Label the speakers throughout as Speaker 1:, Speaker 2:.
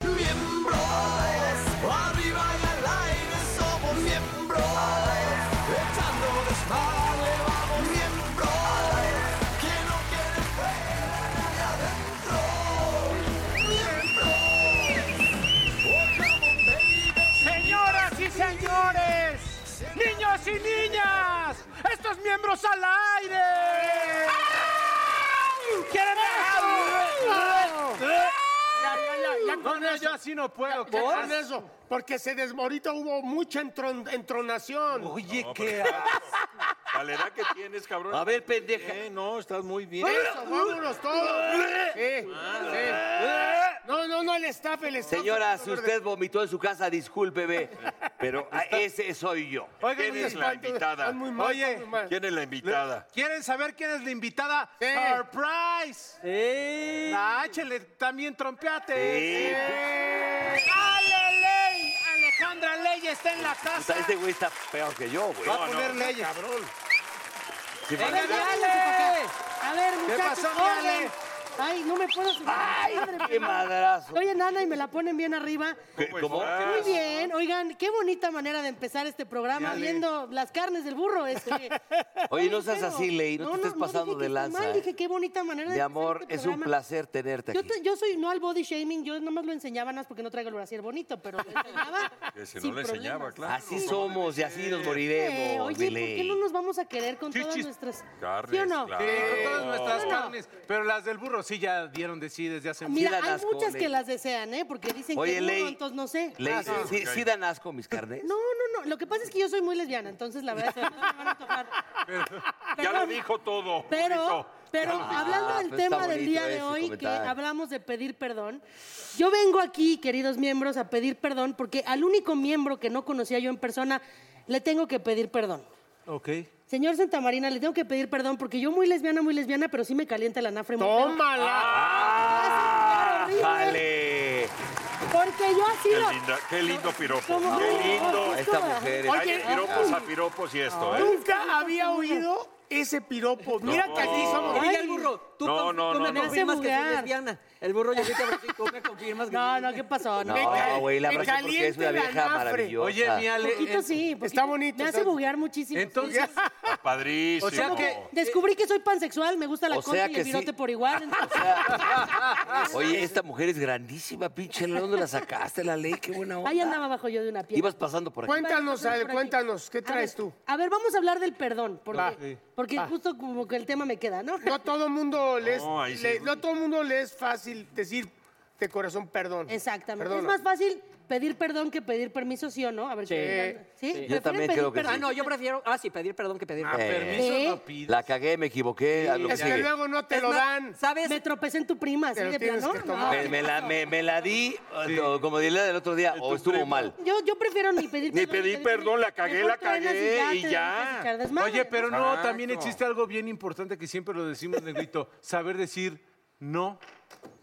Speaker 1: Miembros, arriba y al aire somos miembros, echando desmadre vamos miembros, que no quiere fuera ni adentro, miembros,
Speaker 2: Señoras y señores, niños y niñas, estos miembros al aire. ¿Quieren ver?
Speaker 3: Ya, ya, ya, ya
Speaker 2: Con
Speaker 3: con
Speaker 2: eso
Speaker 3: eso.
Speaker 2: así no puedo.
Speaker 3: Ya
Speaker 2: ¿por?
Speaker 3: con eso, porque se desmorita hubo mucha entron- entronación.
Speaker 2: Oye, qué
Speaker 4: A la edad que tienes, cabrón.
Speaker 5: A ver, pendeja.
Speaker 4: Eh, no, estás muy bien.
Speaker 3: Eso, vámonos todos. Sí, sí. No, no, no, el staff, el staff.
Speaker 5: Señora, si usted vomitó en su casa, discúlpeme, pero a ese soy yo.
Speaker 2: Oigan,
Speaker 4: ¿Quién es la invitada?
Speaker 3: Están muy mal,
Speaker 2: Oye,
Speaker 3: están muy mal.
Speaker 4: ¿Quién es la invitada?
Speaker 2: ¿Quieren saber quién es la invitada?
Speaker 3: Sí.
Speaker 2: ¡Surprise! ¡Sí! Ah, échale, también trompeate. ¡Ale, Ley! Alejandra Ley está en la
Speaker 5: O sea,
Speaker 2: casa.
Speaker 5: este güey está peor que yo, güey.
Speaker 2: Va a
Speaker 4: no,
Speaker 2: poner
Speaker 4: no,
Speaker 2: leyes.
Speaker 5: Sí,
Speaker 2: Venga,
Speaker 5: para-
Speaker 2: dale.
Speaker 6: A ver, muchachos,
Speaker 2: pasó, mi Ale?
Speaker 6: corren. Ay, no me puedo subir.
Speaker 5: ¡Ay,
Speaker 6: Madre
Speaker 5: qué
Speaker 6: mía.
Speaker 5: madrazo!
Speaker 6: Soy enana y me la ponen bien arriba.
Speaker 5: ¿Qué- ¿Cómo?
Speaker 4: estás?
Speaker 6: Muy bien, oigan, qué bonita manera de empezar este programa
Speaker 2: Ale.
Speaker 6: viendo las carnes del burro. Este.
Speaker 5: Oye, no
Speaker 6: Ay,
Speaker 5: seas
Speaker 6: pero-
Speaker 5: así, Ley, no te estés pasando
Speaker 6: dije que
Speaker 5: de
Speaker 6: esté
Speaker 5: lanza,
Speaker 6: mal,
Speaker 5: ¿eh?
Speaker 6: dije qué bonita manera de
Speaker 5: Mi
Speaker 6: empezar
Speaker 5: amor,
Speaker 6: este
Speaker 5: es un
Speaker 6: programa.
Speaker 5: placer tenerte
Speaker 6: Yo,
Speaker 5: aquí.
Speaker 6: te- yo soy no al body shaming, yo nomás lo enseñaba nada más porque no traigo el brasier bonito, pero lo enseñaba.
Speaker 4: Que si no
Speaker 6: sin
Speaker 4: le enseñaba,
Speaker 6: problemas.
Speaker 4: claro.
Speaker 5: Así somos y así nos moriremos,
Speaker 6: Eh, oye,
Speaker 5: mi
Speaker 6: ¿por qué
Speaker 5: Ley.
Speaker 6: no nos vamos a querer con todas
Speaker 2: Chichis,
Speaker 6: nuestras
Speaker 4: carnes,
Speaker 6: ¿Sí o no?
Speaker 4: claro.
Speaker 2: Sí, con todas nuestras
Speaker 6: No, no.
Speaker 2: carnes. Pero las del burro sí ya dieron de sí desde hace mucho.
Speaker 6: Mira,
Speaker 5: dan
Speaker 6: hay
Speaker 5: asco,
Speaker 6: muchas
Speaker 5: Ley.
Speaker 6: que las desean, ¿eh? Porque dicen que
Speaker 5: Oye,
Speaker 6: es burro,
Speaker 5: Ley.
Speaker 6: entonces no sé.
Speaker 5: Ley,
Speaker 6: Ah,
Speaker 5: ¿sí,
Speaker 4: ok.
Speaker 5: sí dan asco mis carnes?
Speaker 6: No, no, no. Lo que pasa es que yo soy muy lesbiana, entonces la verdad es que no se me van a tocar.
Speaker 4: Ya lo
Speaker 6: Perdón.
Speaker 4: dijo todo.
Speaker 6: Pero,
Speaker 4: bonito.
Speaker 6: pero
Speaker 5: Ah,
Speaker 6: hablando del
Speaker 5: pero está
Speaker 6: tema del
Speaker 5: bonito
Speaker 6: día de
Speaker 5: ese
Speaker 6: hoy, que
Speaker 5: comentario.
Speaker 6: hablamos de pedir perdón, yo vengo aquí, queridos miembros, a pedir perdón porque al único miembro que no conocía yo en persona le tengo que pedir perdón.
Speaker 2: Ok.
Speaker 6: Señor Santamarina, le tengo que pedir perdón porque yo muy lesbiana, muy lesbiana, pero sí me calienta la nafre muy feo.
Speaker 3: ¡Tómala!
Speaker 5: ¡Ah!
Speaker 6: Ay, sí, claro,
Speaker 5: ¡Jale!
Speaker 6: Porque yo así
Speaker 4: Qué,
Speaker 6: lo...
Speaker 4: linda, qué lindo piropo.
Speaker 6: ¿Cómo?
Speaker 4: Qué lindo.
Speaker 6: Ay,
Speaker 5: Esta mujer es-
Speaker 4: Hay de piropos a piropos y esto, ¿eh?
Speaker 3: Nunca había oído ese piropo. Mira que aquí somos.
Speaker 7: Oye, el burro, tú,
Speaker 4: No,
Speaker 7: con-
Speaker 4: no,
Speaker 7: tú
Speaker 4: no,
Speaker 7: me
Speaker 4: no.
Speaker 7: confirmas que soy
Speaker 6: Hace
Speaker 7: lesbiana. El burro ya
Speaker 5: este
Speaker 7: ahorita tú me confirmas que
Speaker 6: No,
Speaker 7: soy
Speaker 6: no, ¿qué pasó? No.
Speaker 3: Me
Speaker 5: No,
Speaker 3: cal-
Speaker 5: güey, la
Speaker 3: me
Speaker 5: abrazo porque es
Speaker 3: calienta
Speaker 5: una
Speaker 3: la
Speaker 5: vieja
Speaker 3: nafre.
Speaker 5: maravillosa.
Speaker 2: Oye, mi Ale.
Speaker 6: Poquito
Speaker 2: en-
Speaker 6: sí, poquito.
Speaker 3: está bonito,
Speaker 6: Me
Speaker 3: está-
Speaker 6: hace buguear muchísimo.
Speaker 2: Entonces,
Speaker 4: Está Padrísimo.
Speaker 2: O sea que-
Speaker 6: Descubrí que soy pansexual, me gusta la
Speaker 5: O sea
Speaker 6: concha y
Speaker 5: que
Speaker 6: el virote
Speaker 5: sí.
Speaker 6: por igual. entonces-
Speaker 5: Oye, esta mujer es grandísima, pinche. ¿De dónde la sacaste la ley? Qué buena onda.
Speaker 6: Ahí andaba abajo yo de una piedra.
Speaker 5: Ibas pasando por aquí.
Speaker 3: Cuéntanos, Ale, cuéntanos, ¿qué
Speaker 6: A
Speaker 3: traes
Speaker 6: ver,
Speaker 3: tú?
Speaker 6: A ver, vamos a hablar del perdón, porque,
Speaker 3: Va.
Speaker 6: porque
Speaker 3: Va.
Speaker 6: justo como que el tema me queda, ¿no?
Speaker 3: No todo mundo le es,
Speaker 4: No, ahí sí.
Speaker 3: le- no todo mundo le es fácil decir de corazón perdón.
Speaker 6: Exactamente.
Speaker 3: Perdona.
Speaker 6: Es más fácil pedir perdón que pedir permiso, ¿sí o no? A ver,
Speaker 3: Sí.
Speaker 6: ¿qué- ¿sí?
Speaker 5: Yo
Speaker 6: ¿Prefieren
Speaker 5: también
Speaker 6: pedir
Speaker 5: creo que sí.
Speaker 7: lesbiana. Ah, no, yo prefiero. Ah, sí, pedir perdón que pedir
Speaker 2: Ah,
Speaker 7: perdón.
Speaker 2: permiso
Speaker 6: ¿Eh?
Speaker 2: no pidas.
Speaker 5: La cagué, me equivoqué. a lo que
Speaker 3: es que
Speaker 5: sigue.
Speaker 3: luego no te
Speaker 7: Es
Speaker 3: lo
Speaker 7: más,
Speaker 3: dan.
Speaker 7: ¿Sabes?
Speaker 6: Me tropecé en tu prima, así
Speaker 3: Te lo
Speaker 6: de
Speaker 3: tienes
Speaker 6: plano.
Speaker 3: que tomar.
Speaker 5: Me, me la, me- me la di, o- como diría del otro día, o estuvo mal.
Speaker 6: No, Yo, yo prefiero ni pedir
Speaker 4: Ni
Speaker 6: perdón.
Speaker 4: pedí perdón, la cagué,
Speaker 6: Mejor
Speaker 4: la
Speaker 6: truenas
Speaker 4: cagué, y
Speaker 6: te
Speaker 4: ya.
Speaker 6: dejas echar desmadre,
Speaker 2: Oye, pero no,
Speaker 4: Exacto.
Speaker 2: también existe algo bien importante que siempre lo decimos, Negrito. saber decir no.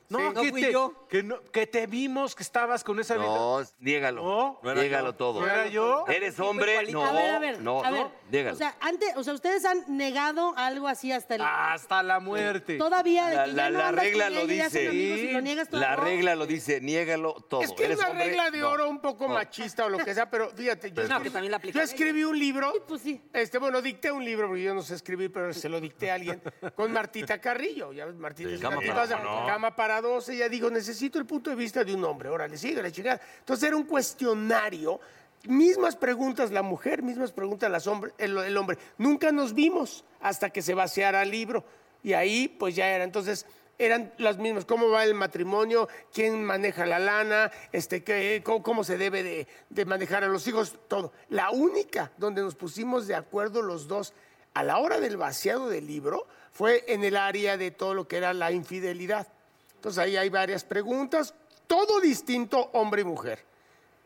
Speaker 2: No,
Speaker 7: Sí. No
Speaker 2: que,
Speaker 7: fui
Speaker 2: te,
Speaker 7: yo.
Speaker 2: que no- que te vimos que estabas con esa vida.
Speaker 5: No, niégalo.
Speaker 2: No.
Speaker 4: No era
Speaker 5: Niégalo
Speaker 4: yo.
Speaker 5: todo.
Speaker 2: ¿No era yo?
Speaker 5: ¿Eres hombre? No.
Speaker 6: a ver, a ver,
Speaker 5: No,
Speaker 6: a ver.
Speaker 5: niégalo.
Speaker 6: O sea, antes, o sea, ustedes han negado algo así hasta el
Speaker 2: Hasta la muerte.
Speaker 6: todavía de
Speaker 5: La-
Speaker 6: que
Speaker 5: la-
Speaker 6: ya no
Speaker 5: la
Speaker 6: andas
Speaker 5: regla
Speaker 6: con él
Speaker 5: lo
Speaker 6: y ya son
Speaker 5: dice.
Speaker 6: amigos y lo niegas todo.
Speaker 5: la regla lo dice, niégalo todo.
Speaker 3: Es que es
Speaker 5: ¿Eres
Speaker 3: una
Speaker 5: hombre?
Speaker 3: regla de
Speaker 5: No.
Speaker 3: oro un poco machista o lo Pues que sea, pero fíjate, yo,
Speaker 7: No,
Speaker 3: escribí,
Speaker 7: que también la aplica
Speaker 3: yo
Speaker 7: ella.
Speaker 3: escribí un libro.
Speaker 6: Sí, pues sí.
Speaker 3: Este, bueno, dicté un libro, porque yo no sé escribir, pero se lo dicté a alguien, con Martita Carrillo. Ya ves, Martita
Speaker 4: Sí,
Speaker 3: es
Speaker 4: cama
Speaker 3: una
Speaker 4: para-
Speaker 3: tipaza,
Speaker 4: ¿cómo no?
Speaker 3: cama para 12. Ella dijo, necesito el punto de vista de un hombre. Órale, sigue la chingada. Entonces era un cuestionario Mismas preguntas la mujer, mismas preguntas las hombre- el, el hombre. Nunca nos vimos hasta que se vaciara el libro. Y ahí, pues ya era. Entonces, eran las mismas. ¿Cómo va el matrimonio? ¿Quién maneja la lana? Este, qué- cómo, cómo se debe de, de manejar a los hijos? Todo. La única donde nos pusimos de acuerdo los dos a la hora del vaciado del libro fue en el área de todo lo que era la infidelidad. Entonces, ahí hay varias preguntas. Todo distinto hombre y mujer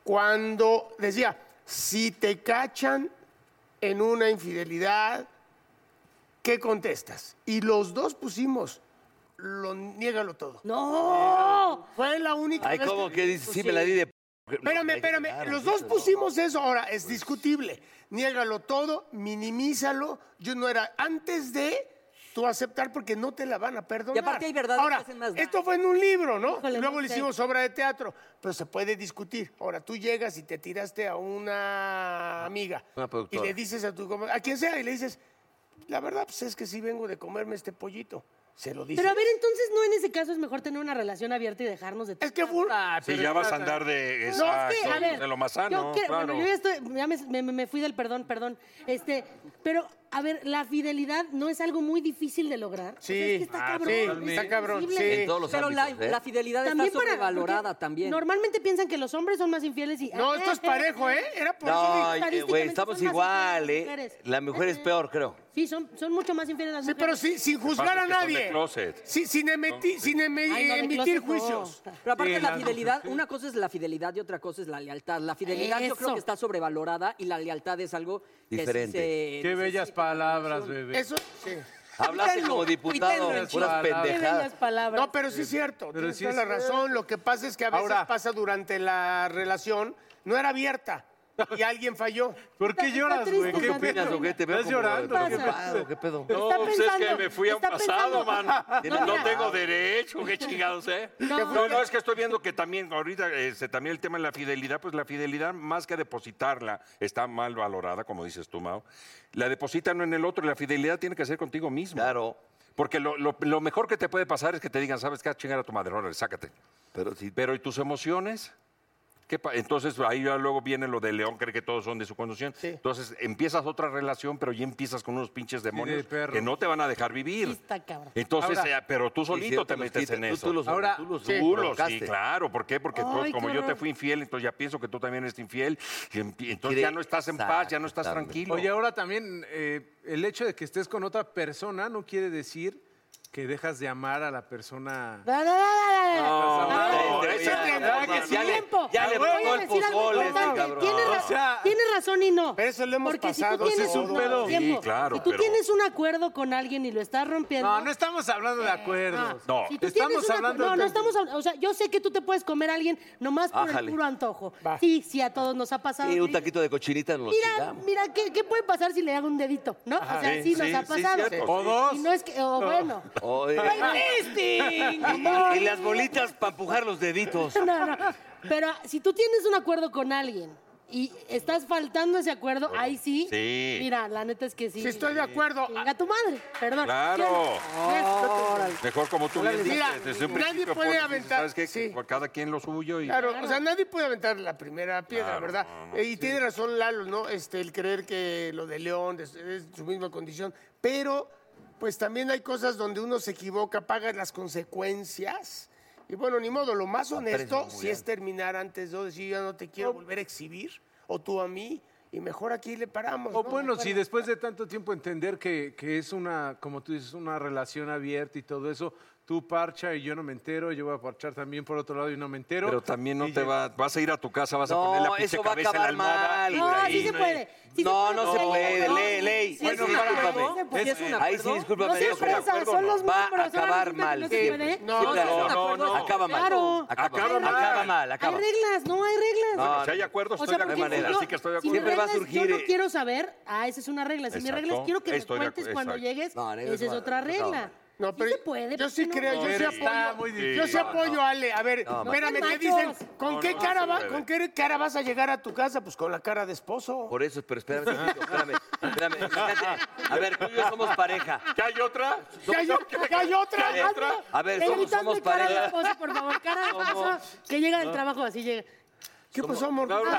Speaker 3: cuando decía, si te cachan en una infidelidad, ¿qué contestas? Y los dos pusimos, lo niégalo todo.
Speaker 6: ¡No!
Speaker 3: Fue la única
Speaker 5: Ay,
Speaker 3: vez
Speaker 5: ¿cómo
Speaker 3: que-
Speaker 5: que dices? Sí, me la di de...
Speaker 3: Espérame,
Speaker 5: No,
Speaker 3: espérame.
Speaker 5: claro,
Speaker 3: Los
Speaker 5: sí,
Speaker 3: dos
Speaker 5: no. Pues.
Speaker 3: pusimos eso. Ahora, es discutible. Niégalo todo, minimízalo. Yo no era antes de tú aceptar porque no te la van a perdonar.
Speaker 7: Y aparte hay verdades
Speaker 3: Ahora,
Speaker 7: que hacen más daño.
Speaker 3: esto fue en un libro, ¿no?
Speaker 6: Híjole,
Speaker 3: Luego
Speaker 6: no
Speaker 3: le
Speaker 6: sé.
Speaker 3: hicimos obra de teatro. Pero se puede discutir. Ahora, tú llegas y te tiraste a una amiga.
Speaker 5: Una
Speaker 3: y
Speaker 5: productora.
Speaker 3: le dices a tu com- a quien sea, y le dices, la verdad, pues es que sí vengo de comerme este pollito. Se lo dices.
Speaker 6: Pero a ver, entonces, ¿no en ese caso es mejor tener una relación abierta y dejarnos de...
Speaker 3: es que Ah, fue... un-
Speaker 4: Si ya vas a andar de,
Speaker 6: No, es que,
Speaker 4: exacto,
Speaker 6: a ver,
Speaker 4: de lo más
Speaker 6: yo
Speaker 4: sano,
Speaker 6: que-
Speaker 4: claro.
Speaker 6: Bueno, yo ya estoy, ya me, me- me fui del perdón, perdón. Este, pero, a ver, la fidelidad no es algo muy difícil de lograr. O sea,
Speaker 3: Sí,
Speaker 6: es que está
Speaker 3: ah,
Speaker 6: cabrón.
Speaker 3: sí,
Speaker 6: es
Speaker 3: está
Speaker 6: imposible.
Speaker 3: cabrón, sí.
Speaker 5: En todos los
Speaker 7: Pero la,
Speaker 5: ámbitos, ¿eh?
Speaker 7: la fidelidad está
Speaker 6: para-
Speaker 7: sobrevalorada
Speaker 6: porque
Speaker 7: también.
Speaker 6: Normalmente piensan que los hombres son más infieles y. ah,
Speaker 3: No, esto es parejo, ¿eh? Era por eso
Speaker 5: No,
Speaker 3: dije-
Speaker 5: eh, güey,
Speaker 6: estadísticamente
Speaker 5: estamos
Speaker 6: son más
Speaker 5: igual,
Speaker 6: infieles las
Speaker 5: ¿eh?
Speaker 6: mujeres.
Speaker 5: La mujer es peor, creo.
Speaker 6: Sí, son, son mucho más infieles las
Speaker 3: Sí, pero
Speaker 6: mujeres.
Speaker 3: sí, sin juzgar
Speaker 4: pasa
Speaker 3: a
Speaker 4: es que son de
Speaker 3: nadie.
Speaker 4: closet.
Speaker 3: Sí, sin, emiti- sin emi-
Speaker 6: Ay, no, de
Speaker 3: emitir
Speaker 6: closet no.
Speaker 3: juicios.
Speaker 7: Pero aparte la
Speaker 2: Sí, las-
Speaker 6: pues,
Speaker 7: fidelidad, una cosa es la fidelidad y otra cosa es la lealtad. La fidelidad yo creo
Speaker 6: Eso.
Speaker 7: que está sobrevalorada y la lealtad es algo que sí
Speaker 5: Diferente.
Speaker 7: se-
Speaker 2: Qué bellas
Speaker 7: necesita.
Speaker 2: palabras, bebé.
Speaker 3: Eso, sí.
Speaker 5: Hablaste
Speaker 7: Quítenlo,
Speaker 5: como diputado,
Speaker 7: quítenlo en
Speaker 5: puras
Speaker 2: Chihuahua.
Speaker 6: Qué bellas
Speaker 5: pendejadas.
Speaker 6: palabras.
Speaker 3: No, pero sí es cierto. Tienes
Speaker 2: sí
Speaker 3: toda la
Speaker 2: es-
Speaker 3: razón. Lo que pasa es que a veces
Speaker 2: Ahora-
Speaker 3: pasa durante la relación, no era abierta y alguien falló.
Speaker 2: ¿Por qué
Speaker 6: Está-
Speaker 2: lloras,
Speaker 6: está
Speaker 2: güey?
Speaker 6: triste,
Speaker 2: ¿Qué
Speaker 6: está
Speaker 5: ¿Opinas
Speaker 2: pedo?
Speaker 5: o qué? Te veo
Speaker 2: ¿Estás
Speaker 5: como
Speaker 2: llorando?
Speaker 6: pasa?
Speaker 5: preocupado, ¿qué pedo?
Speaker 6: Pero
Speaker 4: No,
Speaker 6: está
Speaker 4: pues es que
Speaker 6: pensando,
Speaker 4: me fui a un
Speaker 6: está
Speaker 4: pasado,
Speaker 6: pensando.
Speaker 4: mano.
Speaker 5: Tiene
Speaker 4: No,
Speaker 5: razón.
Speaker 4: tengo derecho, qué chingados, ¿eh?
Speaker 6: No.
Speaker 4: No, no, es que estoy viendo que también ahorita este, también el tema de la fidelidad, pues la fidelidad más que depositarla está mal valorada, como dices tú, Mao. La depositan en el otro, y la fidelidad tiene que ser contigo mismo.
Speaker 5: Claro.
Speaker 4: Porque lo, lo- lo mejor que te puede pasar es que te digan, ¿sabes qué? A chingar a tu madre, órale, sácate.
Speaker 5: Pero sí,
Speaker 4: Pero ¿y tus emociones? ¿Qué pa- Entonces ahí ya luego viene lo de León, cree que todos son de su condición. Entonces empiezas otra relación, pero ya empiezas con unos pinches demonios
Speaker 2: perro.
Speaker 4: que no te van a dejar
Speaker 6: Sí,
Speaker 4: vivir.
Speaker 6: está cabrón.
Speaker 4: Entonces,
Speaker 2: Ahora-
Speaker 4: eh, pero tú solito
Speaker 5: cierto,
Speaker 4: te
Speaker 5: los
Speaker 4: metes
Speaker 5: quita.
Speaker 4: en
Speaker 5: Tú-
Speaker 4: eso.
Speaker 5: Tú los,
Speaker 2: Ahora,
Speaker 5: tú los
Speaker 4: Sí, Culo, sí,
Speaker 5: provocaste.
Speaker 4: claro. ¿por qué? Porque tú-
Speaker 6: Ay,
Speaker 4: como
Speaker 6: qué
Speaker 4: yo te
Speaker 6: horror.
Speaker 4: fui infiel, entonces ya pienso que tú también eres infiel. y empi- entonces
Speaker 5: Cre-
Speaker 4: ya no estás en paz, ya no estás
Speaker 5: Exactamente.
Speaker 4: tranquilo.
Speaker 2: Oye, ahora también eh, el hecho de que estés con otra persona no quiere decir que dejas de amar a la persona.
Speaker 6: Da, da, da, da, da, da.
Speaker 5: No,
Speaker 6: A ver,
Speaker 5: no,
Speaker 3: eso
Speaker 5: ya,
Speaker 3: te-
Speaker 5: ya,
Speaker 3: que
Speaker 5: ya
Speaker 3: sí.
Speaker 5: le-
Speaker 6: tiempo.
Speaker 5: Ya le
Speaker 6: Voy a
Speaker 5: pegó el
Speaker 6: decir algo
Speaker 5: pozole, este
Speaker 6: importante.
Speaker 5: cabrón.
Speaker 6: Tienes, ra-
Speaker 2: O sea-
Speaker 6: tienes razón y no.
Speaker 3: Pero eso lo hemos
Speaker 6: Porque Si
Speaker 3: pasado,
Speaker 6: tú
Speaker 3: ese
Speaker 6: tienes,
Speaker 2: es un
Speaker 6: no,
Speaker 2: pedo.
Speaker 6: tiempo.
Speaker 4: Sí, claro,
Speaker 6: Si tú
Speaker 4: pero-
Speaker 6: tienes un acuerdo con alguien y lo estás rompiendo. Ah,
Speaker 2: No, no estamos hablando de acuerdos.
Speaker 4: No.
Speaker 6: Si tú
Speaker 2: Estamos
Speaker 6: tienes una-
Speaker 2: hablando
Speaker 6: No,
Speaker 2: de-
Speaker 6: no estamos hablando. O sea, yo sé que tú te puedes comer a alguien nomás por
Speaker 5: Ájale.
Speaker 6: el puro antojo. Sí, sí, a todos nos ha pasado.
Speaker 5: Sí, un
Speaker 6: Sí.
Speaker 5: taquito de cochinita nos lo
Speaker 6: Mira,
Speaker 5: chingamos.
Speaker 6: mira, ¿qué, ¿qué puede pasar si le hago un dedito? ¿No? o sea, sí,
Speaker 4: sí,
Speaker 6: nos
Speaker 4: sí,
Speaker 6: ha
Speaker 4: sí,
Speaker 6: pasado.
Speaker 4: cierto,
Speaker 2: O sí. dos.
Speaker 6: Y no es que, o bueno.
Speaker 5: Oye. Y las bolitas para empujar los deditos.
Speaker 6: No, no. Pero si tú tienes un acuerdo con alguien y estás faltando ese acuerdo, ahí sí.
Speaker 4: sí.
Speaker 6: Mira, la neta es que sí.
Speaker 3: Sí, estoy de acuerdo.
Speaker 6: Venga tu madre, perdón.
Speaker 4: Claro.
Speaker 6: ¿Sí o no?
Speaker 4: Mejor como tú bien
Speaker 3: Mira,
Speaker 4: dijiste, desde un
Speaker 3: nadie
Speaker 4: principio,
Speaker 3: puede
Speaker 4: pues, dices,
Speaker 3: aventar-
Speaker 4: ¿sabes qué?
Speaker 3: sí.
Speaker 4: Cada quien lo suyo y...
Speaker 3: Claro, o sea, nadie puede aventar la primera piedra,
Speaker 4: Claro,
Speaker 3: ¿verdad?
Speaker 4: no, no,
Speaker 3: Eh, y tiene razón Lalo, ¿no? Este, el creer que lo de León es, es su misma condición. Pero, pues también hay cosas donde uno se equivoca, paga las consecuencias. Y bueno, ni modo, lo más honesto
Speaker 5: muy
Speaker 3: si es terminar antes de decir, yo no te quiero volver a exhibir, o tú a mí, y mejor aquí le paramos.
Speaker 2: O
Speaker 3: ¿no?
Speaker 2: bueno, si después de tanto tiempo entender que, que es una, como tú dices, una relación abierta y todo eso, tú parcha y yo no me entero, yo voy a parchar también por otro lado y no me entero.
Speaker 4: Pero también no
Speaker 2: Y
Speaker 4: te
Speaker 2: ya-
Speaker 4: va... Vas a ir a tu casa, vas a
Speaker 5: No,
Speaker 4: poner la pinche
Speaker 5: eso va a
Speaker 4: cabeza en la
Speaker 5: acabar
Speaker 4: almohada.
Speaker 5: mal,
Speaker 4: y
Speaker 6: No,
Speaker 4: de
Speaker 6: sí
Speaker 4: ahí
Speaker 6: se puede. Sí
Speaker 5: No,
Speaker 6: se
Speaker 5: no
Speaker 6: puede,
Speaker 5: se puede, ley, ley.
Speaker 6: Sí,
Speaker 5: Bueno,
Speaker 6: sí,
Speaker 5: discúlpame.
Speaker 6: sí se puede.
Speaker 7: Es un
Speaker 5: Ahí sí,
Speaker 7: acuerdo.
Speaker 5: discúlpame.
Speaker 6: No se
Speaker 5: pero
Speaker 6: expresa,
Speaker 5: acuerdo
Speaker 6: son
Speaker 5: no.
Speaker 6: los
Speaker 5: Va a
Speaker 6: miembros, son
Speaker 5: acabar
Speaker 6: los miembros,
Speaker 5: mal.
Speaker 6: no se
Speaker 5: siempre.
Speaker 6: puede.
Speaker 5: Siempre
Speaker 3: No,
Speaker 5: acaba-
Speaker 4: no, no.
Speaker 5: Acaba mal.
Speaker 6: Claro.
Speaker 5: Acaba
Speaker 4: Acaba
Speaker 5: mal.
Speaker 4: mal.
Speaker 5: Acaba mal. Acaba
Speaker 6: Hay reglas, no hay reglas.
Speaker 5: No,
Speaker 4: si hay acuerdos,
Speaker 6: O
Speaker 4: estoy de
Speaker 6: sea, porque
Speaker 4: acuerdo.
Speaker 6: si
Speaker 5: manera.
Speaker 6: yo-
Speaker 4: Así que estoy de
Speaker 6: si
Speaker 4: acuerdo.
Speaker 6: mi
Speaker 5: Siempre va a
Speaker 6: regla es,
Speaker 5: surgir,
Speaker 6: Yo no
Speaker 5: eh.
Speaker 6: quiero saber. Ah, esa es una regla. Si mi
Speaker 4: Exacto,
Speaker 6: regla es quiero que me
Speaker 4: estoy de acu-
Speaker 6: cuentes cuando
Speaker 4: exacto.
Speaker 6: llegues,
Speaker 5: No, reglas
Speaker 6: esa es
Speaker 5: mal,
Speaker 6: otra
Speaker 5: no está
Speaker 6: regla.
Speaker 5: mal.
Speaker 3: No, pero
Speaker 6: sí se puede.
Speaker 3: yo
Speaker 6: ¿por qué
Speaker 3: sí
Speaker 6: no?
Speaker 3: creo, yo sí
Speaker 2: Pero
Speaker 3: apoyo.
Speaker 2: está muy difícil.
Speaker 3: Yo sí
Speaker 4: No,
Speaker 3: apoyo, Ale. A ver,
Speaker 5: No,
Speaker 3: espérame,
Speaker 6: no.
Speaker 3: te dicen,
Speaker 6: Machos.
Speaker 3: ¿con
Speaker 4: No,
Speaker 3: qué
Speaker 4: no, no
Speaker 3: cara
Speaker 4: se
Speaker 3: va-
Speaker 4: puede.
Speaker 3: con qué cara vas a llegar a tu casa? Pues con la cara de esposo.
Speaker 5: Por eso, pero espérame, tantito, espérame, espérame. Fíjate, A ver, tú y yo somos pareja.
Speaker 4: ¿Qué hay otra?
Speaker 3: ¿Qué hay, que hay otra?
Speaker 5: ¿Qué hay otra?
Speaker 3: Hazlo.
Speaker 5: A ver,
Speaker 6: Le
Speaker 5: somos-
Speaker 6: gritas
Speaker 5: somos
Speaker 6: de cara de
Speaker 5: pareja.
Speaker 6: esposo, por favor, cara de esposo, que llega del trabajo así llega.
Speaker 3: ¿Qué pasó, amor? Ah,
Speaker 4: No,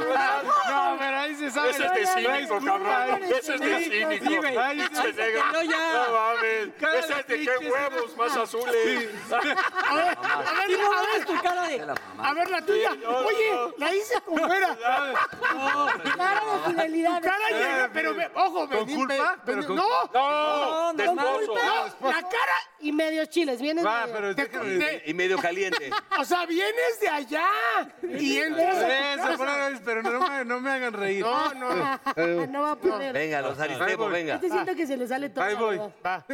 Speaker 4: no,
Speaker 8: No, pero ahí se sabe.
Speaker 4: Eso es de cínico, cabrón. Eso es de cínico.
Speaker 8: Sí, güey.
Speaker 4: Ay, se nega.
Speaker 8: No, ya.
Speaker 4: No mames.
Speaker 8: Cada
Speaker 4: Ese es de qué
Speaker 8: pinche
Speaker 4: huevos más azules.
Speaker 3: A ver,
Speaker 6: Ah,
Speaker 3: a ver, a ver, tu cara de. A ver la tuya. Oye, la hice con fuera.
Speaker 6: Cara de
Speaker 3: Tu
Speaker 6: fidelidad.
Speaker 3: cara llega, pero ve- ojo,
Speaker 2: ¿Con
Speaker 3: vení,
Speaker 2: culpa?
Speaker 3: ve-
Speaker 2: Pero
Speaker 3: vení-
Speaker 2: con-
Speaker 3: No,
Speaker 4: No, de
Speaker 6: con
Speaker 4: esposo.
Speaker 6: culpa, La cara y medios chiles. Vienes
Speaker 2: Va,
Speaker 6: medio-
Speaker 2: pero
Speaker 3: te-
Speaker 2: déjame.
Speaker 3: te-
Speaker 5: Y medio caliente.
Speaker 3: o sea, vienes de allá y entras a
Speaker 2: Eh,
Speaker 3: tu
Speaker 2: se
Speaker 3: casa.
Speaker 2: fueron, pero no me, no me hagan reír.
Speaker 3: No, no, no.
Speaker 6: Ah, No va a poder.
Speaker 5: Venga, los Aristebo, venga.
Speaker 6: Este siento que se le sale todo.
Speaker 2: Ah. Ahí
Speaker 6: la
Speaker 2: voy.
Speaker 6: verdad.
Speaker 3: Va.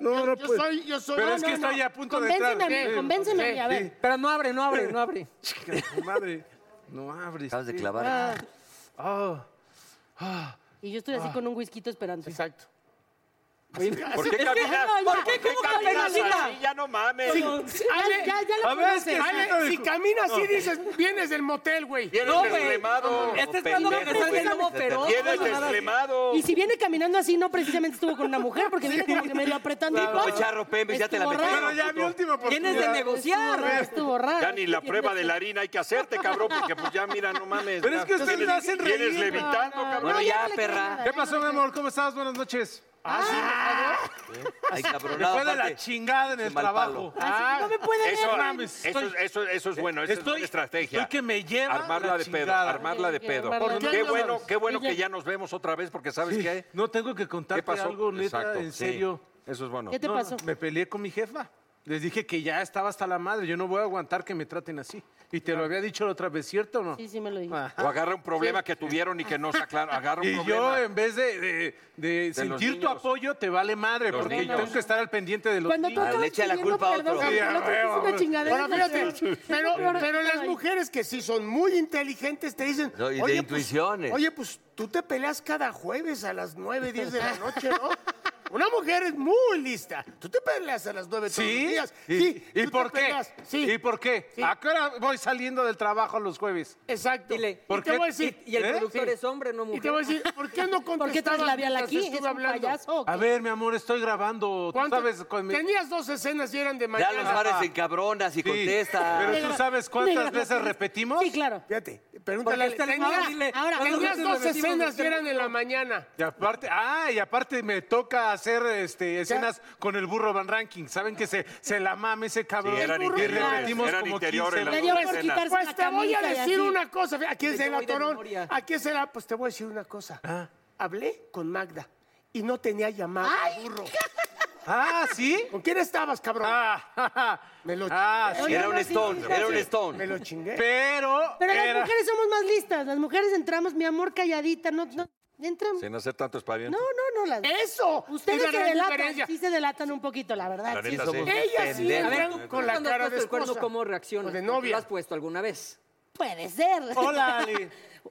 Speaker 2: No, no
Speaker 3: Yo
Speaker 2: puedo.
Speaker 3: soy, yo soy.
Speaker 2: Pero
Speaker 3: no,
Speaker 2: es
Speaker 3: no,
Speaker 2: que
Speaker 3: no.
Speaker 2: está ya a punto de entrar.
Speaker 6: Convénceme a mí,
Speaker 2: Sí.
Speaker 6: convénceme a mí. A ver.
Speaker 8: Pero no abre, no abre, no abre.
Speaker 2: Chica, tu madre. No abres.
Speaker 5: Acabas de clavar.
Speaker 2: Ah.
Speaker 6: Y yo estoy así con un whisky esperando.
Speaker 3: Exacto.
Speaker 4: ¿Por qué caminas? ¿Por qué caminas así? Ya no mames.
Speaker 6: Ya, ya, ya
Speaker 2: A
Speaker 6: lo
Speaker 2: ver, es que
Speaker 6: conoces.
Speaker 2: sí,
Speaker 3: Ale, si caminas así, dices, vienes del motel, güey. Este
Speaker 4: Vienes
Speaker 8: No, güey.
Speaker 4: deslemado.
Speaker 8: Está esperando que
Speaker 5: pendejo,
Speaker 8: salga el
Speaker 5: güey.
Speaker 8: lobo feroz.
Speaker 4: Vienes
Speaker 8: no, nada.
Speaker 4: deslemado.
Speaker 6: Y si viene caminando así, no precisamente estuvo con una mujer, porque viene como que medio apretando.
Speaker 5: Tipo charro Pemex, ya te la
Speaker 6: Estuvo
Speaker 5: metí.
Speaker 6: raro,
Speaker 2: Bueno, ya mi última
Speaker 8: Vienes de
Speaker 2: oportunidad.
Speaker 6: Estuvo
Speaker 8: negociar.
Speaker 6: raro, estuvo raro.
Speaker 4: Ya ni la prueba de la harina hay que hacerte, cabrón, porque pues ya mira, no mames.
Speaker 2: Pero
Speaker 4: ya
Speaker 2: es que ustedes
Speaker 4: vienes-
Speaker 2: me hacen reír.
Speaker 4: Vienes levitando, cabrón.
Speaker 5: Bueno,
Speaker 6: No,
Speaker 5: ya,
Speaker 6: no le creo nada.
Speaker 5: perra.
Speaker 2: ¿Qué pasó, mi amor? ¿Cómo estás? Buenas noches.
Speaker 6: Ah.
Speaker 5: Ay,
Speaker 2: Me
Speaker 5: cabronado.
Speaker 2: fue de la
Speaker 5: aparte.
Speaker 2: chingada en
Speaker 5: Ese
Speaker 2: el
Speaker 5: mal
Speaker 2: trabajo.
Speaker 6: Así, Ah, no me puede ver.
Speaker 4: Eso,
Speaker 2: mames,
Speaker 4: eso,
Speaker 2: estoy-
Speaker 4: eso, eso es bueno, eso es
Speaker 2: Estoy-
Speaker 4: buena estrategia.
Speaker 2: estoy que me lleva
Speaker 4: Armarla
Speaker 2: la
Speaker 4: de pedo,
Speaker 2: chingada.
Speaker 4: armarla de
Speaker 6: Sí,
Speaker 4: pedo.
Speaker 6: armarla
Speaker 2: de
Speaker 4: Qué
Speaker 2: pedo.
Speaker 4: bueno, qué bueno
Speaker 6: Sí, ya.
Speaker 4: que ya nos vemos otra vez, porque ¿sabes qué?
Speaker 2: No tengo que
Speaker 4: ¿Qué
Speaker 2: contarte
Speaker 4: pasó?
Speaker 2: algo, neta,
Speaker 4: Exacto,
Speaker 2: en
Speaker 4: sí.
Speaker 2: serio.
Speaker 4: Eso es bueno.
Speaker 6: ¿Qué te
Speaker 2: No,
Speaker 6: pasó?
Speaker 2: Me peleé con mi jefa. Les dije que ya estaba hasta la madre. Yo no voy a aguantar que me traten así. Y te lo había dicho la otra vez, ¿cierto o no?
Speaker 6: Sí, sí, me lo dije.
Speaker 2: Ah.
Speaker 4: O agarra un problema que tuvieron y que no se aclara. Agarra un
Speaker 2: Y yo,
Speaker 4: problema.
Speaker 2: en vez de, de- de sentir tu
Speaker 4: niños.
Speaker 2: apoyo, te vale madre,
Speaker 4: Los
Speaker 2: porque
Speaker 4: niños.
Speaker 2: tengo que estar al pendiente de los
Speaker 6: Cuando tú
Speaker 2: niños.
Speaker 5: Ah,
Speaker 6: acabas
Speaker 5: le echa la
Speaker 6: pidiendo
Speaker 5: culpa a
Speaker 6: perdón,
Speaker 5: otro.
Speaker 6: porque
Speaker 2: Sí,
Speaker 6: el otro es
Speaker 2: a
Speaker 6: una
Speaker 2: huevo.
Speaker 6: chingadera.
Speaker 3: Ahora fíjate, pero, pero las
Speaker 6: Ay.
Speaker 3: mujeres que sí son muy inteligentes te dicen.
Speaker 5: No, y de
Speaker 3: "Oye, pues,
Speaker 5: intuiciones".
Speaker 3: oye, pues tú te peleas cada jueves a las 9, 10 de la noche, ¿no? Una mujer es muy lista. Tú te peleas a las 9 todos los
Speaker 2: ¿Sí?
Speaker 3: días.
Speaker 2: ¿Y,
Speaker 3: sí,
Speaker 2: ¿y
Speaker 3: tú te
Speaker 2: por qué?
Speaker 3: peleas, Sí,
Speaker 2: ¿Y por qué?
Speaker 3: Sí.
Speaker 2: ¿A qué hora voy saliendo del trabajo los jueves?
Speaker 3: exacto.
Speaker 8: Dile,
Speaker 3: Y
Speaker 2: ¿por
Speaker 3: te
Speaker 2: qué?
Speaker 3: voy a decir,
Speaker 8: Y, y el
Speaker 2: ¿Eh?
Speaker 8: productor
Speaker 2: Sí.
Speaker 8: es hombre, no
Speaker 3: y
Speaker 8: mujer.
Speaker 3: te voy a decir, ¿por qué
Speaker 6: ¿Por
Speaker 3: no
Speaker 6: qué
Speaker 3: contestabas
Speaker 6: traes la vial
Speaker 3: mientras
Speaker 6: aquí? ¿Es
Speaker 3: estuve
Speaker 6: un
Speaker 3: hablando?
Speaker 6: payaso o qué?
Speaker 2: A ver, mi amor, estoy grabando. Tú
Speaker 3: ¿Cuánto-
Speaker 2: sabes con mi-
Speaker 3: Tenías dos escenas y eran de
Speaker 5: Ya los
Speaker 3: mañana.
Speaker 5: mares se encabronas y
Speaker 2: Sí, Pero
Speaker 5: contestas.
Speaker 2: tú sabes
Speaker 6: Negra.
Speaker 2: cuántas veces repetimos.
Speaker 6: Sí, claro.
Speaker 3: Fíjate, pregúntale.
Speaker 8: Porque está el
Speaker 3: Tenías,
Speaker 8: mar, dile,
Speaker 6: ahora,
Speaker 3: tenías
Speaker 8: nosotros nos
Speaker 3: dos
Speaker 8: vestimos
Speaker 3: escenas y
Speaker 8: de-
Speaker 3: eran en la mañana.
Speaker 2: Y aparte, ah, y aparte me toca hacer este, escenas con el burro Van Ranking. Saben que se, se la mame ese cabrón.
Speaker 4: Sí, eran
Speaker 2: Y
Speaker 4: interiores,
Speaker 2: repetimos
Speaker 4: eran
Speaker 2: como
Speaker 4: interiores las
Speaker 2: 15
Speaker 6: Le
Speaker 2: veces.
Speaker 6: dio por
Speaker 4: Escena.
Speaker 6: quitarse la
Speaker 3: Pues te voy
Speaker 6: camisa
Speaker 3: a
Speaker 6: y
Speaker 3: decir
Speaker 6: así.
Speaker 3: una cosa. fíjate, Aquí es
Speaker 8: Yo
Speaker 3: el
Speaker 8: voy de
Speaker 3: atorón.
Speaker 8: memoria.
Speaker 3: Aquí es el... a- Pues te voy a decir una cosa. Hablé con Magda y no tenía llamada. al burro.
Speaker 2: Ah, ¿sí?
Speaker 3: ¿Con quién estabas, cabrón?
Speaker 2: Ah,
Speaker 3: Me lo
Speaker 2: ah, sí.
Speaker 5: Era un stone, era un
Speaker 3: Me
Speaker 5: stone.
Speaker 3: lo chingué.
Speaker 2: Pero,
Speaker 6: Pero las
Speaker 2: era-
Speaker 6: mujeres somos más listas. Las mujeres entramos, mi amor, calladita. No, no, entramos.
Speaker 4: Sin hacer tanto espaviento.
Speaker 6: No, no, no. Las...
Speaker 3: Eso.
Speaker 6: Ustedes
Speaker 3: es la
Speaker 6: se
Speaker 3: gran
Speaker 6: delatan.
Speaker 3: diferencia.
Speaker 6: Sí se delatan un poquito, la verdad.
Speaker 4: La
Speaker 6: sí.
Speaker 4: neta, sí.
Speaker 5: somos
Speaker 3: Ella sí
Speaker 5: pendejos.
Speaker 3: entra
Speaker 5: A ver,
Speaker 3: con la
Speaker 8: ¿cuándo
Speaker 3: cara
Speaker 8: has
Speaker 3: de
Speaker 8: puesto el
Speaker 3: esposa.
Speaker 8: cuerno, ¿Cómo reacciona?
Speaker 3: O de
Speaker 8: ¿Lo
Speaker 3: novia.
Speaker 8: has puesto alguna vez?
Speaker 6: Puede ser.
Speaker 2: Hola, Ali.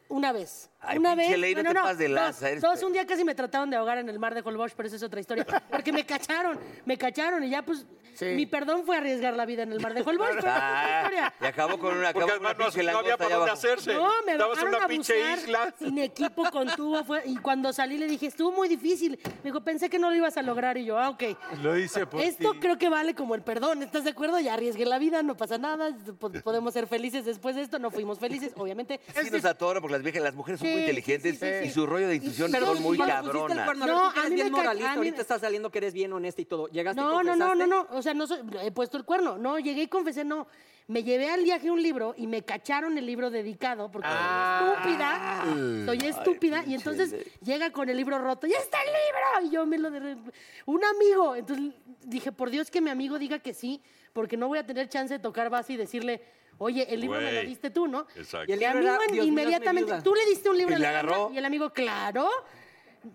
Speaker 6: Una vez.
Speaker 5: Ay,
Speaker 6: una
Speaker 5: pinche
Speaker 6: vez.
Speaker 5: ley, no te pases de
Speaker 6: dos,
Speaker 5: lanza, eres-
Speaker 6: Dos, un día casi me trataron de ahogar en el mar de Holbox, pero eso es otra historia. Porque me cacharon, me cacharon y ya pues.
Speaker 3: Sí.
Speaker 6: Mi perdón fue arriesgar la vida en el mar de Holbox, pero
Speaker 5: Ah,
Speaker 6: es otra
Speaker 5: y
Speaker 6: historia.
Speaker 5: acabó con una, acabó
Speaker 4: Porque
Speaker 5: con una
Speaker 4: además no-
Speaker 5: pinche
Speaker 4: no, había
Speaker 5: langosta
Speaker 4: para
Speaker 5: allá
Speaker 4: dónde
Speaker 5: abajo.
Speaker 4: hacerse.
Speaker 6: No,
Speaker 4: Estabas
Speaker 6: me
Speaker 4: en
Speaker 6: dejaron
Speaker 4: una pinche
Speaker 6: abusar
Speaker 4: isla.
Speaker 6: sin equipo, con tubo. Fue, y cuando salí le dije, estuvo muy difícil. Me dijo, pensé que no lo ibas a lograr. Y yo, ah, ok.
Speaker 2: Lo hice por
Speaker 4: Pues
Speaker 6: Esto
Speaker 2: ti.
Speaker 6: creo que vale como el perdón, ¿estás de acuerdo? Ya arriesgué la vida, no pasa nada, po- podemos ser felices después de esto, no fuimos felices, obviamente.
Speaker 5: Sí nos atora porque las viejas, las mujeres son
Speaker 6: Sí,
Speaker 5: muy
Speaker 6: sí,
Speaker 5: inteligentes
Speaker 6: sí, sí,
Speaker 5: y
Speaker 6: sí.
Speaker 5: su rollo de intuición
Speaker 6: Pero
Speaker 5: son muy
Speaker 6: cuando
Speaker 8: Pusiste el
Speaker 5: cabronas.
Speaker 8: cuerno,
Speaker 6: No,
Speaker 8: ahorita
Speaker 6: a
Speaker 8: eres
Speaker 6: mí
Speaker 8: bien
Speaker 6: me ca-
Speaker 8: moralista,
Speaker 6: a mí
Speaker 8: ahorita
Speaker 6: me-
Speaker 8: estás saliendo que eres bien honesta y todo. Llegaste y
Speaker 6: No, no, no,
Speaker 8: confesaste.
Speaker 6: no, no, o sea, no soy- he puesto el cuerno, no, llegué y confesé, no. Me llevé al viaje un libro y me cacharon el libro dedicado porque
Speaker 5: Ah.
Speaker 6: soy estúpida, soy estúpida y entonces llega con el libro roto, ¡ya está el libro! Y yo me lo... de- Un amigo, entonces dije, por Dios que mi amigo diga que sí, porque no voy a tener chance de tocar base y decirle, oye, el libro me lo
Speaker 4: Güey.
Speaker 6: diste tú, ¿no?
Speaker 4: Exacto.
Speaker 8: Y el
Speaker 6: Mi
Speaker 8: libro
Speaker 6: amigo
Speaker 8: era,
Speaker 6: en-
Speaker 8: Dios mío, hazme
Speaker 6: inmediatamente.
Speaker 8: viuda.
Speaker 6: Tú le diste un libro
Speaker 5: ¿Y
Speaker 6: a
Speaker 5: le
Speaker 6: la
Speaker 5: agarró?
Speaker 6: Alejandra? Y el amigo, claro.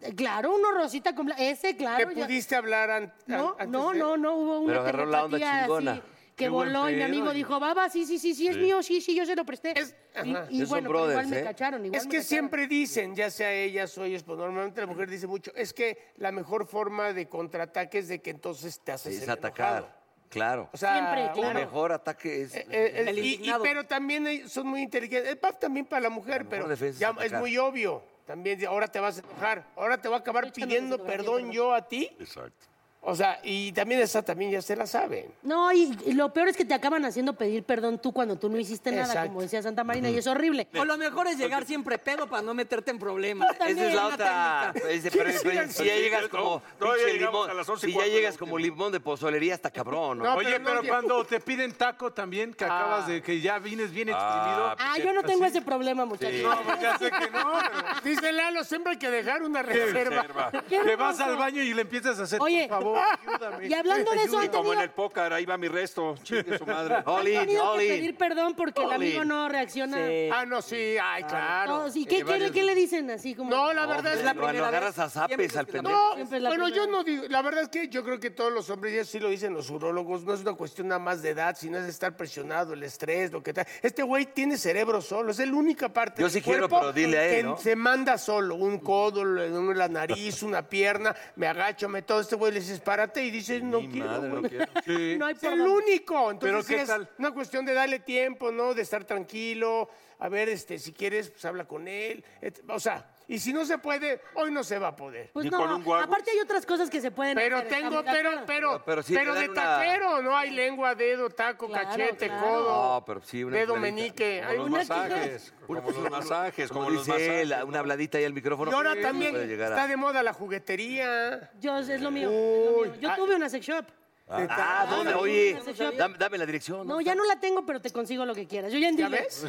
Speaker 6: eh, Claro, uno rosita con bla- ese, claro.
Speaker 3: ¿Te
Speaker 6: ya-
Speaker 3: pudiste hablar an- an-
Speaker 6: No,
Speaker 3: antes
Speaker 6: no,
Speaker 3: de-
Speaker 6: no, no hubo una
Speaker 5: Pero agarró la onda
Speaker 6: telepatía
Speaker 5: chingona.
Speaker 6: así que
Speaker 2: Qué buen
Speaker 6: voló y mi
Speaker 2: pedo,
Speaker 6: amigo
Speaker 2: y-
Speaker 6: dijo, "Baba, sí, sí, sí, sí es mío, sí, sí, yo se lo presté."
Speaker 3: Es-
Speaker 6: y
Speaker 3: ajá.
Speaker 6: y
Speaker 5: Esos son
Speaker 6: bueno, pero igual
Speaker 5: brothers,
Speaker 6: me
Speaker 5: ¿eh?
Speaker 6: cacharon, igual
Speaker 3: Es
Speaker 6: me
Speaker 3: que
Speaker 6: cacharon.
Speaker 3: siempre dicen, ya sea ellas o ellos, pues normalmente la mujer dice mucho, es que la mejor forma de contraataque es de que entonces te haces
Speaker 5: Es
Speaker 3: el enojado.
Speaker 5: atacar, claro.
Speaker 3: O sea,
Speaker 6: Siempre,
Speaker 5: El
Speaker 6: claro.
Speaker 5: mejor ataque es...
Speaker 3: eh, eh,
Speaker 8: El
Speaker 3: y- y-
Speaker 8: indignado.
Speaker 3: pero también ellos son muy inteligentes. Eh, pa- también para la mujer,
Speaker 5: mejor
Speaker 3: pero
Speaker 5: defensa es
Speaker 3: ya es
Speaker 5: atacar.
Speaker 3: muy obvio. También de- ahora te vas a enojar, ahora te voy a acabar
Speaker 6: Estoy echando
Speaker 3: pidiendo
Speaker 6: fotografía,
Speaker 3: perdón
Speaker 6: perdón.
Speaker 3: yo a ti.
Speaker 4: Exacto.
Speaker 3: O sea, y también esa también ya se la saben.
Speaker 6: No, y, y lo peor es que te acaban haciendo pedir perdón tú cuando tú no hiciste nada,
Speaker 3: Exacto.
Speaker 6: como decía Santa Marina, y es horrible.
Speaker 7: O lo mejor es llegar siempre pedo para no meterte en problemas.
Speaker 5: Esa es la
Speaker 7: Una
Speaker 5: otra.
Speaker 7: técnica.
Speaker 5: Ese- pero- pero si ya llegas como.
Speaker 4: Todavía
Speaker 5: pinche
Speaker 4: llegamos
Speaker 5: limón-
Speaker 4: a las once y
Speaker 5: si ya
Speaker 4: cuarto,
Speaker 5: llegas
Speaker 4: ¿no?
Speaker 5: como limón de pozolería, hasta cabrón, ¿no?
Speaker 3: No,
Speaker 2: Oye,
Speaker 3: pero
Speaker 2: pero
Speaker 3: no-
Speaker 2: cuando te piden taco también, que acabas de que ya vienes bien exprimido.
Speaker 3: pues
Speaker 4: Ah,
Speaker 6: Ah, yo no tengo ese problema, muchachos.
Speaker 2: No, pues ya sé que no. pero-
Speaker 3: Dice Lalo, siempre hay que dejar una reserva.
Speaker 4: Observa.
Speaker 6: Qué
Speaker 2: Que vas
Speaker 6: hermoso.
Speaker 2: al baño y le empiezas a hacer,
Speaker 6: Oye,
Speaker 2: por favor, ayúdame.
Speaker 6: Y hablando de eso,
Speaker 4: Y
Speaker 6: han
Speaker 4: como en
Speaker 6: tenido,
Speaker 4: el póker, ahí va mi resto. Chingue su madre.
Speaker 5: All
Speaker 6: han
Speaker 5: in,
Speaker 6: tenido
Speaker 5: all
Speaker 6: que
Speaker 5: in.
Speaker 6: pedir perdón porque el
Speaker 5: All
Speaker 6: amigo
Speaker 5: in.
Speaker 6: no reacciona.
Speaker 7: Sí.
Speaker 3: Ah, no, sí, ay, claro.
Speaker 6: No, sí, ¿qué, quiere- ¿Qué le dicen así como?
Speaker 3: No, la verdad es
Speaker 5: Hombre,
Speaker 3: la
Speaker 5: lo-
Speaker 7: primera
Speaker 5: Lo agarras
Speaker 7: vez.
Speaker 5: a zapes
Speaker 7: Siempre
Speaker 5: al
Speaker 7: es la
Speaker 5: pendejo.
Speaker 3: No,
Speaker 6: Siempre es la
Speaker 3: bueno, yo
Speaker 6: primera.
Speaker 3: no digo, la verdad es que yo creo que todos los hombres, y eso sí lo dicen los urólogos, no es una cuestión nada más de edad, sino es estar presionado, el estrés, lo que tal. Este güey tiene cerebro solo, es la única parte
Speaker 5: Yo
Speaker 3: del
Speaker 5: sí quiero,
Speaker 3: cuerpo
Speaker 5: pero dile a él,
Speaker 3: que
Speaker 5: ¿no?
Speaker 3: se manda solo, un codo, lo- la nariz, una pierna, me agacho, me todo, este güey le dices, párate, y dice, no
Speaker 5: Mi
Speaker 3: quiero,
Speaker 5: Pues madre,
Speaker 3: güey".
Speaker 5: no quiero.
Speaker 2: Sí.
Speaker 6: No hay
Speaker 3: Es el
Speaker 6: perdón.
Speaker 3: único. Entonces
Speaker 2: Pero, ¿qué
Speaker 3: es
Speaker 2: tal?
Speaker 3: una cuestión de darle tiempo, ¿no? De estar tranquilo. A ver, este, si quieres, pues habla con él. Et- O sea, y si no se puede, hoy no se va a poder.
Speaker 6: Pues
Speaker 4: Ni
Speaker 6: no,
Speaker 4: con un guagua.
Speaker 6: aparte hay otras cosas que se pueden
Speaker 3: Pero
Speaker 6: hacer,
Speaker 3: tengo,
Speaker 6: ¿estamos de
Speaker 3: pero,
Speaker 6: acuerdo?
Speaker 3: pero,
Speaker 5: No, pero
Speaker 3: pero,
Speaker 5: sí te dan
Speaker 3: de
Speaker 5: una-
Speaker 3: taquero, ¿no? Hay lengua, dedo, taco,
Speaker 6: Claro,
Speaker 3: cachete,
Speaker 6: claro.
Speaker 3: codo,
Speaker 5: No, pero sí, una
Speaker 3: dedo
Speaker 5: clarita.
Speaker 3: meñique.
Speaker 4: Como
Speaker 3: Hay
Speaker 4: los
Speaker 3: una-
Speaker 4: masajes. Como los masajes.
Speaker 5: Como
Speaker 4: Como los
Speaker 5: dice él,
Speaker 4: masajes.
Speaker 5: una habladita ahí al micrófono.
Speaker 3: Y ahora
Speaker 5: Sí,
Speaker 3: también
Speaker 5: puede llegar a-
Speaker 3: está de moda la juguetería.
Speaker 6: Yo, es lo mío. es lo mío. Yo
Speaker 3: ah.
Speaker 6: tuve una sex shop.
Speaker 5: Ah, ¿dónde?
Speaker 6: no,
Speaker 5: Oye,
Speaker 6: no sabía.
Speaker 5: dame, dame la dirección.
Speaker 6: No, ya no la tengo, pero te consigo lo que quieras. Yo ya
Speaker 3: ¿Ya
Speaker 6: entiendo.
Speaker 3: ves?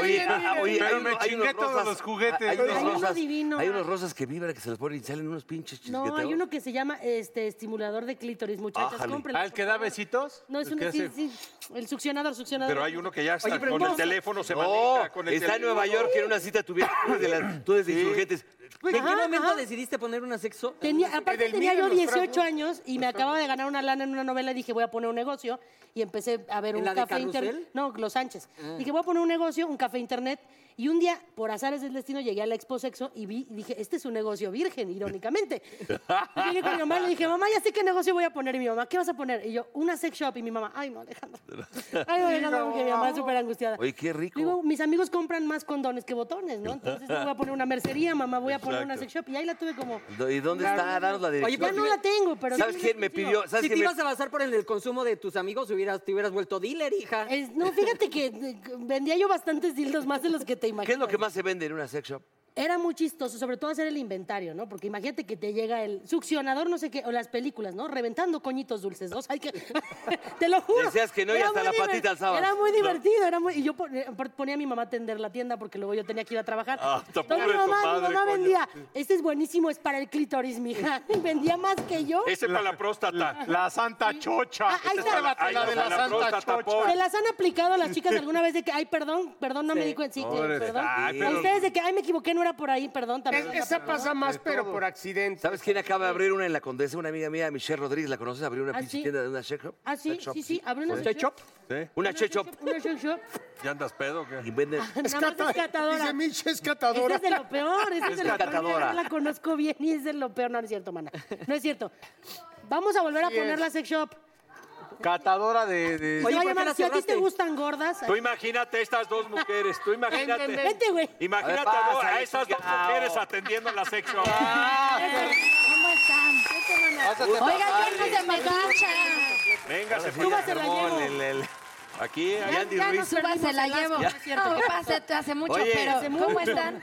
Speaker 5: Oye,
Speaker 3: Oye,
Speaker 5: ah, oye,
Speaker 2: Pero
Speaker 5: hay
Speaker 2: me
Speaker 5: uno- hay
Speaker 2: chingué
Speaker 5: unos
Speaker 2: todos
Speaker 5: rosas-
Speaker 2: los juguetes,
Speaker 5: Hay unos
Speaker 6: ¿no? Hay uno
Speaker 5: rosas,
Speaker 6: divino,
Speaker 5: hay
Speaker 6: ah.
Speaker 5: unos rosas que vibran, que se les ponen y salen unos pinches chisqueteos.
Speaker 6: No, hay uno que se llama este estimulador de clítoris, muchachas.
Speaker 5: Ájale.
Speaker 6: cómprenlo,
Speaker 3: Ah,
Speaker 2: ¿Al que
Speaker 6: por
Speaker 2: da
Speaker 6: favor.
Speaker 2: besitos?
Speaker 6: No, es
Speaker 2: ¿El
Speaker 6: un
Speaker 2: que
Speaker 6: sí,
Speaker 2: hace-
Speaker 6: sí, el succionador, succionador.
Speaker 4: Pero hay uno que ya
Speaker 7: Oye,
Speaker 4: está
Speaker 7: pero
Speaker 4: con el
Speaker 7: ¿cómo?
Speaker 4: teléfono se
Speaker 5: No,
Speaker 4: maneja. con el
Speaker 5: está en Nueva
Speaker 4: teléfono.
Speaker 5: York en una cita tuviera tú desde, la- tú desde insurgentes.
Speaker 7: ¿En qué
Speaker 6: Ajá,
Speaker 7: momento
Speaker 6: ajá.
Speaker 7: decidiste poner una sexo?
Speaker 6: Tenía, aparte tenía
Speaker 3: Edelmira,
Speaker 6: yo
Speaker 3: los
Speaker 6: 18
Speaker 3: tragos.
Speaker 6: años y me acababa de ganar una lana en una novela y dije, voy a poner un negocio. Y empecé a ver
Speaker 7: ¿En
Speaker 6: un
Speaker 7: la de
Speaker 6: café internet.
Speaker 7: Carrusel? Ah.
Speaker 6: No, Los Sánchez. Dije, voy a poner un negocio, un café internet. Y un día, por azares del destino, llegué a la Expo Sexo y vi, y dije, este es un negocio virgen, irónicamente. Y llegué con mi mamá y le dije, mamá, ya sé qué negocio voy a poner. Y mi mamá, ¿qué vas a poner? Y yo, una sex shop. Y mi mamá, ay, no, Alejandro. Ay, no, Alejandro, porque mi mamá es súper angustiada.
Speaker 5: Oye, qué rico.
Speaker 6: Digo, mis amigos compran más condones que botones, ¿no? Entonces, yo voy a poner una mercería, mamá, voy a poner una sex shop. Y ahí la tuve como...
Speaker 5: Do- ¿Y dónde está? Danos la
Speaker 6: Oye,
Speaker 5: dirección.
Speaker 8: pues,
Speaker 6: ya no la tengo, pero.
Speaker 5: ¿Sabes
Speaker 6: sí
Speaker 5: quién me
Speaker 6: consigo.
Speaker 5: pidió? ¿Sabes
Speaker 7: Si te
Speaker 5: quién me-
Speaker 7: ibas a basar por el, el consumo de tus amigos, hubieras, te hubieras vuelto dealer, hija.
Speaker 6: Es- no, fíjate que eh, vendía yo bastantes dildos más de los que te imaginas.
Speaker 5: ¿Qué es lo que más se vende en una sex shop?
Speaker 6: Era muy chistoso, sobre todo hacer el inventario, ¿no? Porque imagínate que te llega el succionador, no sé qué, o las películas, ¿no? Reventando coñitos dulces dos. Hay que. te lo juro.
Speaker 5: Decías que no y
Speaker 6: Era
Speaker 5: hasta
Speaker 6: muy
Speaker 5: la
Speaker 6: diver-
Speaker 5: patita alzabas.
Speaker 6: Era muy divertido, era muy. Y yo pon- eh, ponía a mi mamá a atender la tienda porque luego yo tenía que ir a trabajar.
Speaker 4: Ah, está
Speaker 6: Entonces,
Speaker 4: pobre
Speaker 6: mi
Speaker 4: tu
Speaker 6: mamá, mi
Speaker 4: madre,
Speaker 6: mamá
Speaker 4: coño.
Speaker 6: vendía. Este es buenísimo, es para el clítoris, mija. Y vendía más que yo.
Speaker 4: Ese para la próstata.
Speaker 2: La Santa Chocha.
Speaker 6: Ah, ahí
Speaker 2: Esa es
Speaker 6: está.
Speaker 2: la- la de la
Speaker 4: Para la
Speaker 2: Santa
Speaker 4: próstata,
Speaker 2: Chocha.
Speaker 4: pobre.
Speaker 6: ¿Se las han aplicado a las chicas alguna vez de que, ay, perdón, perdón, no me di cuenta? Sí, que-
Speaker 2: Órale.
Speaker 6: perdón.
Speaker 4: Ay,
Speaker 6: A
Speaker 4: pero-
Speaker 6: ustedes de que, ay, me equivoqué, no era por ahí, perdón, también.
Speaker 3: Es- esa pasa más, pero por accidente.
Speaker 5: ¿Sabes quién acaba de abrir una en la Condesa? Una amiga mía, Michelle Rodríguez, ¿la conoces? Abrió una
Speaker 6: ¿Ah,
Speaker 5: pinche
Speaker 6: sí?
Speaker 5: tienda de una sex shop.
Speaker 6: Ah, sí,
Speaker 5: sex shop,
Speaker 6: sí, sí, abre una
Speaker 5: sex shop.
Speaker 4: ¿Sí?
Speaker 5: Una
Speaker 6: Una
Speaker 5: sex shop.
Speaker 6: shop, Una sex shop.
Speaker 4: ¿Ya andas pedo o
Speaker 5: Y
Speaker 4: qué?
Speaker 5: venden...
Speaker 6: Nada más es
Speaker 3: Dice
Speaker 6: catadora.
Speaker 3: Mitch, es
Speaker 6: Esa
Speaker 3: catadora.
Speaker 6: es de lo peor, esa es de lo peor.
Speaker 5: catadora.
Speaker 6: Yo La conozco bien y es de lo peor. No, no es cierto, mana. No es cierto. Vamos a volver a poner la sex shop.
Speaker 2: Catadora de. de-
Speaker 7: Oye,
Speaker 6: Oye,
Speaker 7: ¿por qué la
Speaker 6: si a ti te
Speaker 7: cerraste?
Speaker 6: gustan gordas,
Speaker 4: Tú imagínate estas dos mujeres. Tú imagínate.
Speaker 3: Ven, ven,
Speaker 6: vente, güey.
Speaker 4: Imagínate
Speaker 5: A ver,
Speaker 4: a, do-
Speaker 5: pásale,
Speaker 4: a esas dos
Speaker 5: chingao.
Speaker 4: mujeres atendiendo la sexo.
Speaker 6: ¿Cómo están? Vente, mana. Oigan, yo no se me cancha.
Speaker 4: Venga, se fue.
Speaker 6: Tú vas a la llevo.
Speaker 4: Aquí,
Speaker 5: Y
Speaker 4: allá.
Speaker 5: Andy Ruiz.
Speaker 6: se la llevo. No es cierto. ¿Qué pasa?
Speaker 9: hace mucho,
Speaker 5: Oye.
Speaker 9: pero ¿cómo están?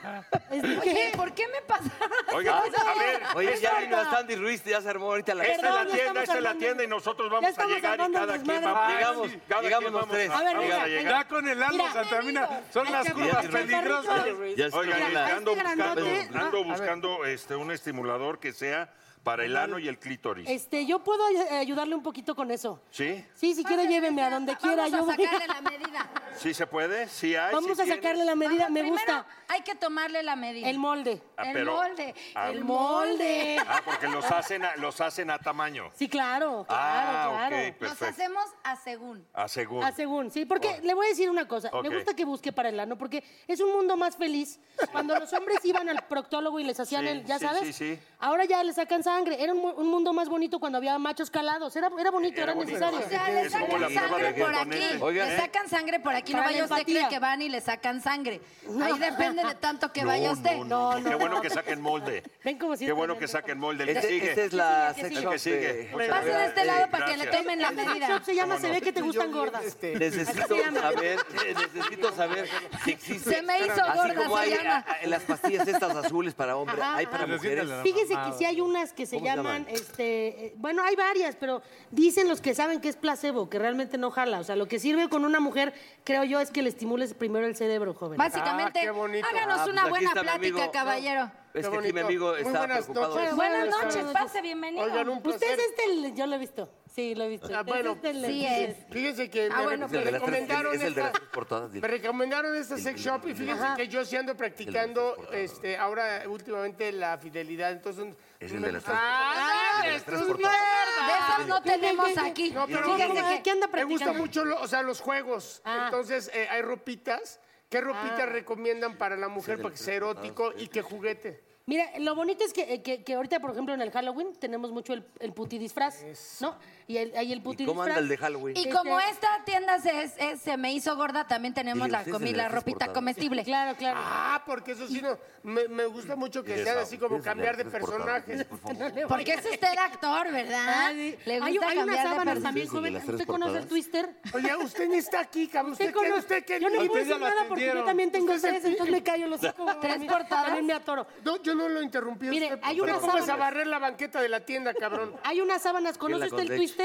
Speaker 6: ¿Qué?
Speaker 9: Oye, ¿por qué me pasaron?
Speaker 4: Oiga, a ver,
Speaker 5: Oye, ya vino hasta Andy Ruiz, ya se armó ahorita la...
Speaker 4: esta
Speaker 6: Perdón,
Speaker 4: es
Speaker 6: ya
Speaker 4: la tienda,
Speaker 6: estamos
Speaker 4: esta es la
Speaker 6: armando-
Speaker 4: tienda y nosotros
Speaker 6: ya
Speaker 4: vamos a
Speaker 6: estamos
Speaker 4: llegar y
Speaker 6: armando
Speaker 4: cada
Speaker 6: un
Speaker 4: quien
Speaker 6: desmadre.
Speaker 4: va
Speaker 5: Ah,
Speaker 4: llegamos,
Speaker 5: sí.
Speaker 4: cada
Speaker 5: Llegamos
Speaker 4: quien
Speaker 5: los
Speaker 4: vamos
Speaker 5: tres.
Speaker 4: a,
Speaker 6: A ver,
Speaker 4: vamos
Speaker 6: venga.
Speaker 4: a llegar.
Speaker 2: Ya con el ano,
Speaker 6: Mira,
Speaker 2: Santamina. Son
Speaker 6: Ay,
Speaker 2: las
Speaker 6: qué
Speaker 2: curvas
Speaker 6: rico, está
Speaker 2: peligrosas.
Speaker 6: rico.
Speaker 5: Ya Ah, está
Speaker 4: Oiga,
Speaker 5: la-
Speaker 6: este
Speaker 4: ando buscando,
Speaker 6: grandote-
Speaker 4: ando buscando este, un estimulador que sea para el ano y el clítoris.
Speaker 6: Este, yo puedo ay- ayudarle un poquito con eso.
Speaker 4: ¿Sí?
Speaker 6: Sí, si quiere lléveme a donde quiera.
Speaker 9: Vamos
Speaker 6: yo
Speaker 9: a
Speaker 6: voy a-
Speaker 9: sacarle la medida.
Speaker 4: ¿Sí se puede? ¿Sí hay?
Speaker 6: Vamos
Speaker 4: ¿Sí
Speaker 6: a
Speaker 4: tiene?
Speaker 6: sacarle la medida,
Speaker 9: Vamos,
Speaker 6: me
Speaker 9: primero
Speaker 6: gusta.
Speaker 9: Hay que tomarle la medida.
Speaker 6: El molde.
Speaker 4: Ah,
Speaker 9: El
Speaker 4: pero-
Speaker 9: molde.
Speaker 4: Ah.
Speaker 9: El molde.
Speaker 4: Ah, porque los hacen a, los hacen a tamaño.
Speaker 6: Sí, claro,
Speaker 4: Ah,
Speaker 6: claro, claro.
Speaker 4: ok,
Speaker 9: Nos
Speaker 4: perfecto.
Speaker 9: hacemos a según.
Speaker 4: A según.
Speaker 6: Ah, según, sí, porque le voy a decir una cosa,
Speaker 4: Ok.
Speaker 6: me gusta que busque para el ano, porque es un mundo más feliz. Cuando los hombres iban al proctólogo y les hacían
Speaker 4: Sí,
Speaker 6: el, ya
Speaker 4: sí,
Speaker 6: sabes,
Speaker 4: sí, sí.
Speaker 6: ahora ya le sacan sangre. Era un, mu- un mundo más bonito cuando había machos calados. Era, era bonito, era, necesario.
Speaker 9: O sea, le sacan sangre por aquí.
Speaker 6: Oigan,
Speaker 9: le
Speaker 6: ¿eh?
Speaker 9: sacan sangre por aquí. No
Speaker 6: Para
Speaker 9: vaya
Speaker 6: la
Speaker 9: usted
Speaker 6: empatía.
Speaker 9: cree que van y le sacan sangre.
Speaker 6: No.
Speaker 9: Ahí depende de tanto que
Speaker 4: No,
Speaker 9: vaya usted.
Speaker 4: no, no, no. Qué bueno que saquen molde.
Speaker 6: Ven como
Speaker 4: Qué bueno que saquen molde. El que
Speaker 5: Este-
Speaker 4: sigue.
Speaker 5: esta es la
Speaker 4: El
Speaker 5: sex shop
Speaker 4: que sigue.
Speaker 5: de-
Speaker 4: Muchas
Speaker 5: Pase de
Speaker 4: gracias.
Speaker 5: este lado para que
Speaker 6: le
Speaker 4: Gracias.
Speaker 6: tomen la medida. Esta se llama
Speaker 4: ¿Cómo
Speaker 6: Se
Speaker 4: no?
Speaker 6: ve que te gustan gordas. Así
Speaker 5: este Necesito
Speaker 6: se llama.
Speaker 5: saber, eh, necesito saber si existe.
Speaker 6: Se me hizo
Speaker 5: Así
Speaker 6: gorda,
Speaker 5: como
Speaker 6: se
Speaker 5: hay, ah,
Speaker 6: llama.
Speaker 5: ah, las pastillas estas azules para hombres,
Speaker 6: Ajá,
Speaker 5: hay para
Speaker 6: ajá.
Speaker 5: mujeres.
Speaker 6: Fíjese que sí hay unas que se
Speaker 5: ¿Cómo se
Speaker 6: llaman,
Speaker 5: llaman?
Speaker 6: este, eh, bueno, hay varias, pero dicen los que saben que es placebo, que realmente no jala. O sea, lo que sirve con una mujer, creo yo, es que le estimules primero el cerebro, joven.
Speaker 9: Básicamente, háganos
Speaker 5: Ah, pues
Speaker 9: una
Speaker 5: aquí
Speaker 9: buena
Speaker 5: está mi
Speaker 9: plática,
Speaker 5: amigo.
Speaker 9: caballero.
Speaker 5: Es que aquí mi amigo está preocupado. de-
Speaker 9: Buenas noches, pase, bienvenido.
Speaker 6: Usted es este, el- yo lo he visto. Sí, lo he visto.
Speaker 3: Ah,
Speaker 6: Usted
Speaker 3: bueno,
Speaker 6: es del-
Speaker 3: sí es. Fíjese que
Speaker 6: Ah,
Speaker 3: me
Speaker 6: bueno,
Speaker 5: Es el
Speaker 3: me
Speaker 5: de las tres-
Speaker 3: recomendaron
Speaker 5: es el de las
Speaker 3: esta-
Speaker 5: tres portadas.
Speaker 3: Me recomendaron esta sex shop y fíjense que yo sí ando practicando este, ahora últimamente la fidelidad. Entonces, un-
Speaker 5: Es el de las tres.
Speaker 3: ¡Ah,
Speaker 5: de las
Speaker 3: eres
Speaker 5: tres
Speaker 3: tú
Speaker 5: portadas.
Speaker 3: mierda!
Speaker 9: De esas no
Speaker 3: ¿Qué, qué,
Speaker 9: tenemos
Speaker 3: qué?
Speaker 9: aquí.
Speaker 3: No, pero
Speaker 9: Fíjate
Speaker 3: no,
Speaker 9: que- ¿Qué anda
Speaker 3: Me gusta
Speaker 9: practicando?
Speaker 3: mucho lo- o sea, los juegos.
Speaker 9: Ah.
Speaker 3: Entonces, eh, hay ropitas. ¿Qué ropitas
Speaker 6: Ah.
Speaker 3: recomiendan para la mujer para que sea erótico y qué juguete?
Speaker 6: Mira, lo bonito es que, eh, que, que ahorita, por ejemplo, en el Halloween tenemos mucho el, el puti disfraz, ¿no? Y el, Este hay el puti
Speaker 5: cómo anda
Speaker 6: disfraz.
Speaker 5: el de Halloween?
Speaker 9: Y como esta tienda se, es- es- se me hizo gorda, también tenemos
Speaker 5: Dile,
Speaker 9: la,
Speaker 5: ustedes se
Speaker 9: comi-
Speaker 5: le
Speaker 9: la
Speaker 5: hace
Speaker 9: ropita
Speaker 5: portada.
Speaker 9: comestible. Claro, claro.
Speaker 3: Ah, porque eso sí no, me, me gusta mucho que
Speaker 5: Yes,
Speaker 3: sean
Speaker 5: ah,
Speaker 3: así como
Speaker 5: yes, ya,
Speaker 3: cambiar de
Speaker 5: tres portadas,
Speaker 3: personajes.
Speaker 9: Porque es usted actor, ¿verdad?
Speaker 6: Ah, sí.
Speaker 9: Le gusta
Speaker 6: Hay- hay unas
Speaker 9: cambiar de
Speaker 6: sábanas
Speaker 9: persona.
Speaker 6: también,
Speaker 5: Sí, sí, de
Speaker 6: joven.
Speaker 5: las tres
Speaker 6: ¿Usted conoce el
Speaker 5: portadas.
Speaker 6: Twister?
Speaker 3: Oye, usted ni está aquí, cabrón. ¿Usted, qué?
Speaker 6: conoce-
Speaker 3: ¿Usted qué?
Speaker 6: Yo no puedo
Speaker 3: Usted ya
Speaker 6: decir
Speaker 3: lo
Speaker 6: nada porque yo
Speaker 3: atendieron.
Speaker 6: también tengo
Speaker 3: Usted se-
Speaker 6: tres, entonces me callo los cinco.
Speaker 9: ¿Tres portadas?
Speaker 6: También me atoro.
Speaker 3: No, yo no lo interrumpí.
Speaker 6: Mire,
Speaker 3: usted.
Speaker 6: hay
Speaker 3: No
Speaker 6: una
Speaker 3: te pongas
Speaker 6: sábana.
Speaker 3: a barrer la banqueta de la tienda, cabrón. Ah,
Speaker 6: Hay unas sábanas,
Speaker 5: la
Speaker 6: ¿conoce usted el
Speaker 5: Condech?
Speaker 6: Twister?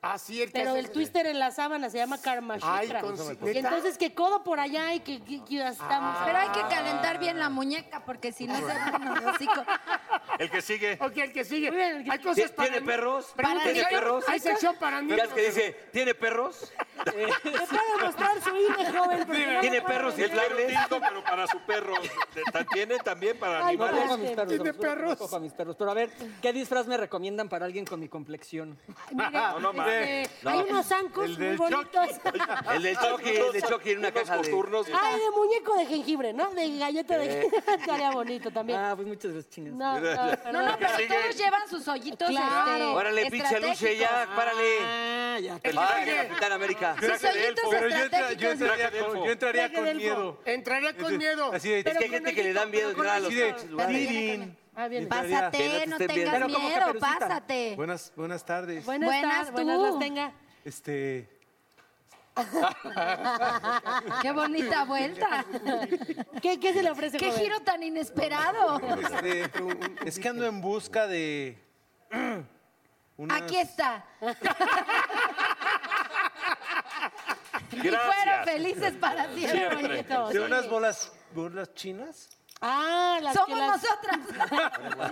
Speaker 3: Así el que
Speaker 6: Pero
Speaker 3: hace-
Speaker 6: el Twister en la sábana se llama Karma
Speaker 3: Ay,
Speaker 6: Shikra.
Speaker 3: con-
Speaker 6: Y
Speaker 3: ¿neta?
Speaker 6: entonces que codo por allá y que, que- que ya estamos.
Speaker 9: Ah. Pero hay que calentar bien
Speaker 6: Ah.
Speaker 9: la muñeca porque si no se dan los hocicos.
Speaker 4: El que sigue.
Speaker 3: Ok, el que sigue.
Speaker 6: Muy bien, el que
Speaker 3: Hay
Speaker 6: sigue.
Speaker 3: cosas
Speaker 5: ¿Tiene,
Speaker 3: para
Speaker 5: tiene
Speaker 3: mí.
Speaker 5: perros?
Speaker 3: Pregúntale,
Speaker 5: ¿Tiene
Speaker 3: hay-
Speaker 5: perros?
Speaker 3: Hay sección para mí.
Speaker 5: Miras que dice, ¿tiene perros?
Speaker 6: Me puede mostrar su INE, joven. porque no me
Speaker 5: ¿Tiene
Speaker 6: puede
Speaker 5: perros
Speaker 6: decir.
Speaker 4: Claro,
Speaker 5: inflables?
Speaker 4: lindo, pero para su perro. ¿Tiene también para
Speaker 6: Ay, pues, este,
Speaker 4: animales?
Speaker 6: vale.
Speaker 8: Cojo a mis perros.
Speaker 3: ¿Tiene
Speaker 8: se los juro que
Speaker 3: perros?
Speaker 8: cojo a mis perros. Pero a ver, ¿qué disfraz me recomiendan para alguien con mi complexión?
Speaker 6: Mire,
Speaker 4: No, no,
Speaker 6: este,
Speaker 5: no.
Speaker 6: hay unos zancos muy bonitos.
Speaker 5: El del Chucky, el del Chucky en una
Speaker 4: Unos
Speaker 5: caja de...
Speaker 4: coturnos.
Speaker 6: Ay, de muñeco de jengibre, ¿no? De galleta de jengibre. Estaría bonito también.
Speaker 8: Ah, pues muchas gracias, chingas.
Speaker 6: No, no,
Speaker 9: No, no, pero todos llevan sus hoyitos
Speaker 6: Claro.
Speaker 9: este,
Speaker 5: Órale, pinche luce
Speaker 9: estratégicos.
Speaker 5: ya, párale.
Speaker 8: Ah, ya.
Speaker 5: Vaya, Capitán América.
Speaker 9: Sus
Speaker 4: Traje de
Speaker 9: hoyitos
Speaker 4: elfo.
Speaker 2: Pero yo, entra- yo
Speaker 9: estratégicos.
Speaker 2: entraría
Speaker 4: Traje de
Speaker 2: con,
Speaker 4: elfo.
Speaker 2: yo entraría
Speaker 6: Traje de
Speaker 2: con
Speaker 6: elfo.
Speaker 2: miedo.
Speaker 3: Entraré con
Speaker 2: Entonces,
Speaker 3: miedo.
Speaker 2: Así de,
Speaker 5: Es que hay gente que le dan miedo entrar a los
Speaker 2: así de,
Speaker 5: pinches lugares.
Speaker 2: "Mirin".
Speaker 6: Ah, bien.
Speaker 9: Pásate,
Speaker 5: Pero
Speaker 9: no
Speaker 5: te estén viendo.
Speaker 9: tengas
Speaker 8: Pero como
Speaker 9: miedo,
Speaker 8: Caperucita.
Speaker 9: pásate.
Speaker 2: Buenas, buenas tardes.
Speaker 6: Buenas,
Speaker 9: Buenas
Speaker 6: tardes, buenas
Speaker 9: tú.
Speaker 6: las tenga.
Speaker 2: Este,
Speaker 9: Qué bonita vuelta.
Speaker 6: ¿Qué, qué se le ofrece,
Speaker 9: Qué
Speaker 6: joven?
Speaker 9: giro tan inesperado.
Speaker 2: este, es que ando en busca de... unas-
Speaker 9: Aquí está. Y fueron
Speaker 4: Gracias.
Speaker 9: felices para siempre.
Speaker 6: Bonito,
Speaker 2: De
Speaker 6: sí.
Speaker 2: unas bolas, bolas chinas.
Speaker 6: Ah, las que
Speaker 9: Somos
Speaker 6: las...
Speaker 9: nosotras.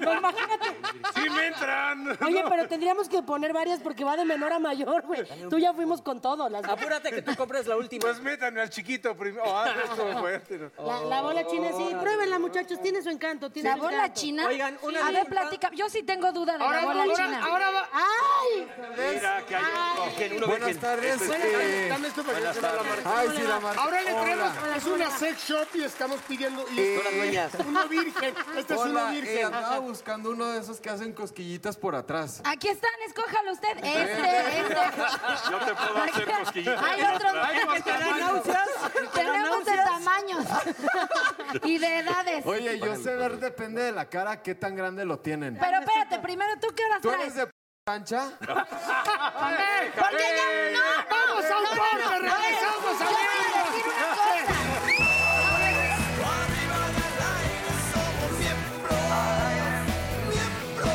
Speaker 6: No, imagínate.
Speaker 2: ¡Sí me entran!
Speaker 6: Oye, pero tendríamos que poner varias porque va de menor a mayor, güey. Tú ya fuimos con todo. Las...
Speaker 8: Apúrate que tú compres la última.
Speaker 2: Pues métanme al chiquito primero.
Speaker 10: Oh,
Speaker 2: Ah, no, estuvo fuerte. ¿no?
Speaker 6: La, la bola china, sí. Pruébenla, muchachos. Tiene su encanto. Tiene
Speaker 9: La
Speaker 6: su
Speaker 9: bola
Speaker 6: encanto.
Speaker 9: china.
Speaker 8: Oigan, una
Speaker 9: A ver,
Speaker 8: anécdota.
Speaker 9: platica. Yo sí tengo duda de
Speaker 3: Ahora,
Speaker 9: la bola
Speaker 3: ahora-
Speaker 9: china.
Speaker 3: ahora va.
Speaker 6: ¡Ay!
Speaker 4: Mira, que hay otro.
Speaker 5: Buenas tardes.
Speaker 3: Dame- Dame esto para que se la marca.
Speaker 10: Ay, sí, la marca.
Speaker 3: Ahora le traemos, es una sex shop y estamos pidiendo y
Speaker 5: Son las dueñas.
Speaker 3: uno virgen, este es uno
Speaker 10: Hola, eh,
Speaker 3: virgen.
Speaker 10: andaba buscando uno de esos que hacen cosquillitas por atrás.
Speaker 9: Aquí están, escójalo usted. Este, este.
Speaker 4: Yo te puedo hacer cosquillitas.
Speaker 9: Hay otros
Speaker 8: ¿Que te dan náuseas? ¿Te dan
Speaker 9: Tenemos de
Speaker 8: náuseas?
Speaker 9: tamaños y de edades.
Speaker 10: Oye, yo
Speaker 11: pues,
Speaker 10: sé
Speaker 11: eh.
Speaker 10: ver, depende de la cara, qué tan grande lo tienen.
Speaker 9: Pero espérate, primero tú qué horas
Speaker 10: ¿Tú eres
Speaker 9: traes.
Speaker 10: de pancha?
Speaker 9: Porque ya no.
Speaker 3: Eh, Vamos a un corte, regresamos
Speaker 9: Yo
Speaker 3: a
Speaker 9: voy a decir una cosa.
Speaker 1: Arriba y al aire somos miembros, miembros.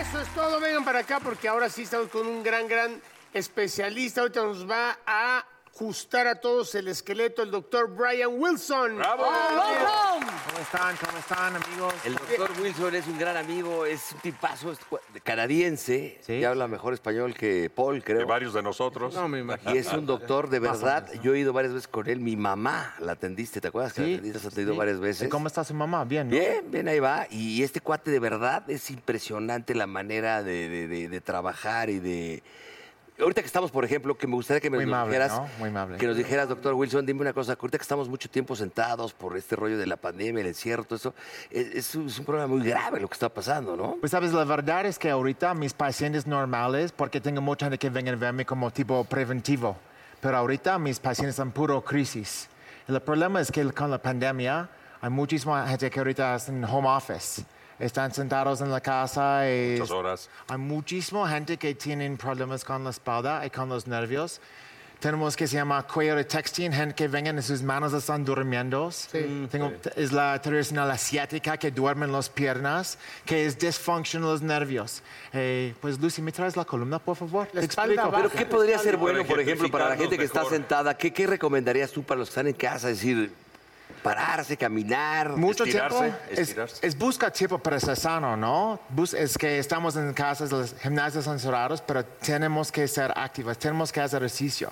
Speaker 3: Eso es todo, vengan para acá porque ahora sí estamos con un gran, gran especialista. Ahorita nos va a ajustar a todos el esqueleto, el doctor Brian Wilson.
Speaker 5: ¿Cómo están? ¿Cómo están, amigos? El doctor Wilson es un gran amigo, es un tipazo es cua- canadiense, y habla mejor español que Paul, creo.
Speaker 4: De varios de nosotros. No, me imagino.
Speaker 5: Y es un doctor de
Speaker 4: Más o
Speaker 5: verdad. Yo he ido varias veces con él. Mi mamá la atendiste, ¿te acuerdas? que la
Speaker 12: Sí,
Speaker 5: atendiste, has atendido
Speaker 12: sí.
Speaker 5: varias veces.
Speaker 12: ¿Cómo está su mamá? Bien, ¿no?
Speaker 5: Bien, bien, ahí va. Y este cuate de verdad es impresionante la manera de, de- de- de trabajar y de... Ahorita que estamos, por ejemplo, que me gustaría Pues que me
Speaker 12: Muy
Speaker 5: nos
Speaker 12: amable,
Speaker 5: dijeras,
Speaker 12: ¿no? Muy amable.
Speaker 5: que nos dijeras, doctor Wilson, dime una cosa, que ahorita que estamos mucho tiempo sentados por este rollo de la pandemia, el encierro, todo eso, es, es un es un problema muy grave lo que está pasando, ¿no?
Speaker 12: Pues sabes, la verdad es que ahorita mis pacientes normales, porque tengo mucha gente que venga a verme como tipo preventivo, pero ahorita mis pacientes están puro crisis. El problema es que con la pandemia hay muchísima gente que ahorita está en home office. Están sentados en la casa y...
Speaker 4: Muchas horas.
Speaker 12: Hay muchísima gente que tienen problemas con la espalda y con los nervios. Tenemos que se llama cuello de texting, gente que vengan en sus manos están durmiendo.
Speaker 4: Mm,
Speaker 12: Tengo- Es la tradicional asiática que duermen las piernas, que es disfunción de los nervios. Eh, pues Lucy, ¿me traes la columna, por favor? Te explico.
Speaker 5: Pero ¿qué podría ser bueno, por ejemplo, para la
Speaker 4: ejemplificarnos
Speaker 5: gente que está
Speaker 4: mejor.
Speaker 5: sentada? ¿Qué, qué recomendarías tú para los que están en casa? Es decir, pararse, caminar,
Speaker 12: mucho
Speaker 5: estirarse,
Speaker 12: tiempo es, es busca tiempo para ser sano, ¿no? Bus- es que estamos en casas, los gimnasios son cerrados, pero tenemos que ser activos, tenemos que hacer ejercicio.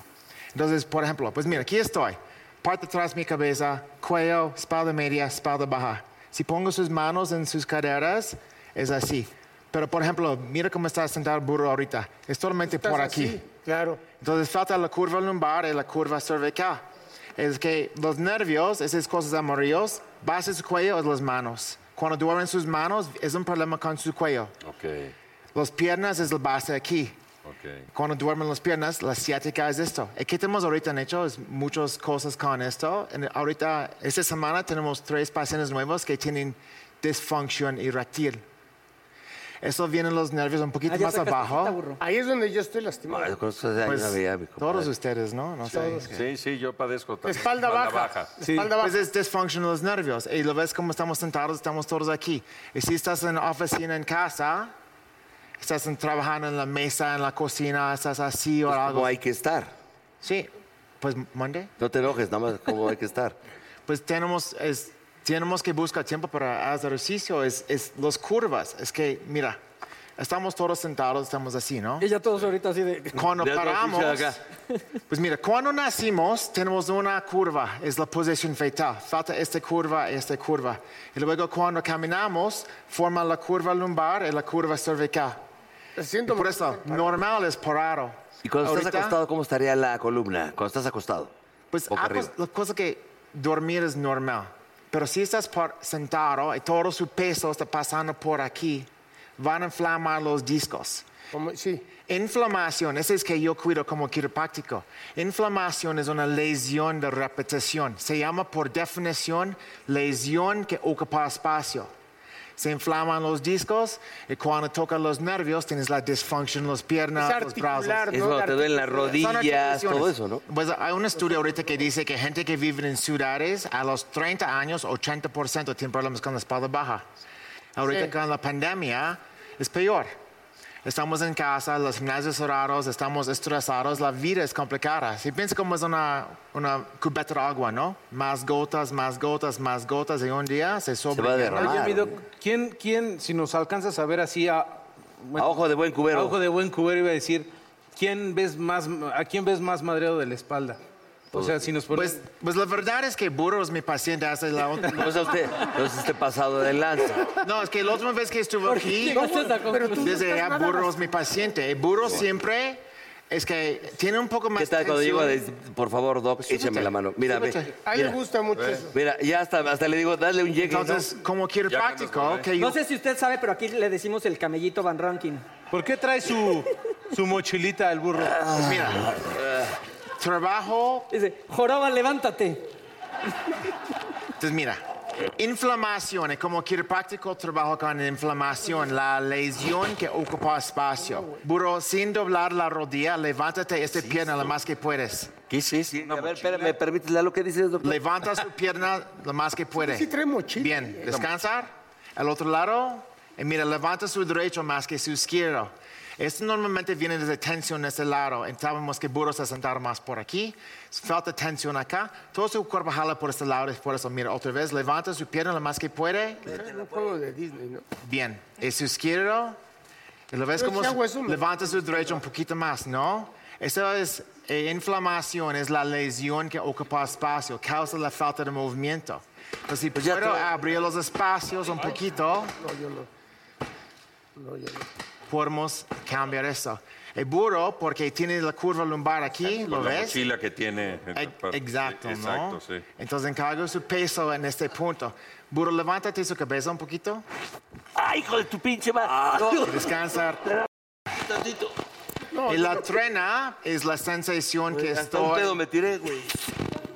Speaker 12: Entonces, por ejemplo, pues mira, aquí estoy, parte atrás de mi cabeza, cuello, espalda media, espalda baja. Si pongo sus manos en sus caderas, es así. Pero, por ejemplo, mira cómo está sentado el burro ahorita. Es totalmente por aquí.
Speaker 3: claro.
Speaker 12: Entonces falta la curva lumbar y la curva cervical. Es que los nervios, esas cosas amarillas, base su cuello es las manos. Cuando duermen sus manos, es un problema con su cuello.
Speaker 4: Ok,
Speaker 12: Las piernas es la base aquí.
Speaker 4: ok.
Speaker 12: Cuando duermen las piernas, la ciática es esto. ¿Y qué tenemos ahorita en hecho? Es muchas cosas con esto. En- ahorita, esta semana, tenemos tres pacientes nuevos que tienen disfunción eréctil. Eso viene en los nervios un
Speaker 3: Ah,
Speaker 12: poquito más abajo.
Speaker 3: Ahí es donde yo estoy lastimado.
Speaker 12: Pues,
Speaker 5: no veía, mi
Speaker 12: todos ustedes, ¿no? No sé.
Speaker 4: Sí, sí, yo padezco también.
Speaker 12: Espalda baja. Espalda baja. Pues es disfunción de los nervios. Y lo ves como estamos sentados, estamos todos aquí. Y si estás en oficina, en casa, estás en- trabajando en la mesa, en la cocina, estás así o algo.
Speaker 5: Pues, ¿Cómo hay que estar?
Speaker 12: Sí, pues mande.
Speaker 5: No te enojes, nada más cómo hay que estar.
Speaker 12: Pues tenemos, es- tenemos que buscar tiempo para hacer ejercicio. Es, es las curvas. Es que, mira, estamos todos sentados, estamos así, ¿no?
Speaker 8: Y ya todos ahorita así de...
Speaker 12: Cuando paramos, pues mira, cuando nacimos tenemos una curva, es la posición fetal, falta esta curva y esta curva. Y luego cuando caminamos, forma la curva lumbar y la curva cervical. Y por eso, normal es parado.
Speaker 5: Y cuando estás
Speaker 12: Ahorita-
Speaker 5: acostado, ¿cómo estaría la columna? Cuando estás acostado.
Speaker 12: Pues
Speaker 5: Boca
Speaker 12: ah,
Speaker 5: arriba.
Speaker 12: pues, la cosa que dormir es normal, pero si estás por- sentado y todo su peso está pasando por aquí, van a inflamar los discos. Inflamación, ese es que yo cuido como quiropráctico. Inflamación es una lesión de repetición. Se llama por definición lesión que ocupa espacio. Se inflaman los discos y cuando tocan los nervios tienes la disfunción en las piernas,
Speaker 5: Es
Speaker 12: los brazos.
Speaker 5: articular, Es ¿no? cuando te duelen las
Speaker 12: Son
Speaker 5: rodillas, todo
Speaker 12: articulaciones.
Speaker 5: eso, ¿no?
Speaker 12: Pues hay un estudio ahorita que dice que gente que vive en ciudades a los 30 años, 80% tiene problemas con la espalda baja. Ahorita
Speaker 3: Sí.
Speaker 12: con la pandemia es peor. Estamos en casa, los gimnasios cerrados, estamos estresados, la vida es complicada. Si piensa como es una, una cubeta de agua, ¿no? Más gotas, más gotas, más gotas y un día se sobre.
Speaker 11: Oye, mi doc, ¿quién, quién, si nos alcanzas a ver así a... bueno,
Speaker 5: A ojo de buen cubero.
Speaker 11: A ojo de buen cubero iba a decir, ¿quién ves más, ¿a quién ves más madreado de la espalda? O sea, si nos pones...
Speaker 12: Pues, pues la verdad es que Burro es mi paciente hace la otra.
Speaker 5: No sea Pues usted, no sea usted pasado de lanza.
Speaker 12: No, es que la última vez que estuvo
Speaker 5: ¿Por qué
Speaker 12: aquí,
Speaker 5: llegaste a esa conclusión? Pero tú no
Speaker 12: desde ah,
Speaker 5: estás
Speaker 12: ya
Speaker 5: nada
Speaker 12: eh, Burro
Speaker 5: más-
Speaker 12: es mi paciente. Burro siempre Es que tiene un poco más
Speaker 5: ¿Qué tal cuando llego a
Speaker 12: tensión. Pues,
Speaker 5: decir, por favor, Doc, échame la mano? Mira, ve,
Speaker 12: súbete.
Speaker 3: A él le
Speaker 5: mira.
Speaker 3: gusta mucho eso.
Speaker 5: Mira, ya hasta, hasta le digo, dale un llegue.
Speaker 12: Entonces, como quiropráctico,
Speaker 11: ¿eh?
Speaker 12: ok.
Speaker 8: No sé si usted sabe, pero aquí le decimos el camellito Van Rankin.
Speaker 11: ¿Por qué trae su, su mochilita al burro?
Speaker 10: Ah,
Speaker 12: Mira. Trabajo.
Speaker 8: Dice, joroba, levántate.
Speaker 12: Entonces, mira, inflamación, y como quiropráctico trabajo con inflamación, la lesión que ocupa espacio. Burro, sin doblar la rodilla, levántate esta pierna lo más que puedes.
Speaker 5: ¿Qué hiciste? A ver, espérame, ¿me permites leer lo que dices, doctor?
Speaker 12: Levanta su pierna lo más que puede.
Speaker 3: Sí, trae mochila.
Speaker 12: Bien, descansar. Al otro lado, y mira, levanta su derecho más que su izquierdo. Esto normalmente viene desde tensión de este lado. Y Sabemos que burro se sentar más por aquí. Falta tensión acá. Todo su cuerpo jala por este lado. y Por eso, mira, otra vez, levanta su pierna lo más que puede.
Speaker 3: Un juego de Disney, ¿no?
Speaker 12: Bien, y su izquierdo. Y lo ves
Speaker 3: Pero
Speaker 12: como
Speaker 3: si
Speaker 12: su-
Speaker 3: hago eso, me-
Speaker 12: levanta su derecho un poquito más, ¿no? Eso es eh, inflamación, es la lesión que ocupa espacio, causa la falta de movimiento. Entonces, si
Speaker 5: Pues ya
Speaker 12: puedo
Speaker 5: te-
Speaker 12: abrir los espacios un poquito,
Speaker 3: No, yo no. No, yo no.
Speaker 12: podemos cambiar eso. El burro, porque tiene la curva lumbar aquí, ¿lo
Speaker 4: Con la
Speaker 12: ves?
Speaker 4: mochila que tiene.
Speaker 12: Exacto, ¿no?
Speaker 4: Exacto, sí.
Speaker 12: Entonces encargo su peso en este punto. Burro, levántate su cabeza un poquito.
Speaker 5: ¡Ay, hijo de tu pinche madre!
Speaker 12: Ah,
Speaker 5: No.
Speaker 12: Descansar.
Speaker 3: No,
Speaker 12: y
Speaker 3: yo
Speaker 12: la
Speaker 3: no-
Speaker 12: trena es la sensación que
Speaker 5: Hasta un pedo
Speaker 12: estoy,
Speaker 5: me tiré, güey.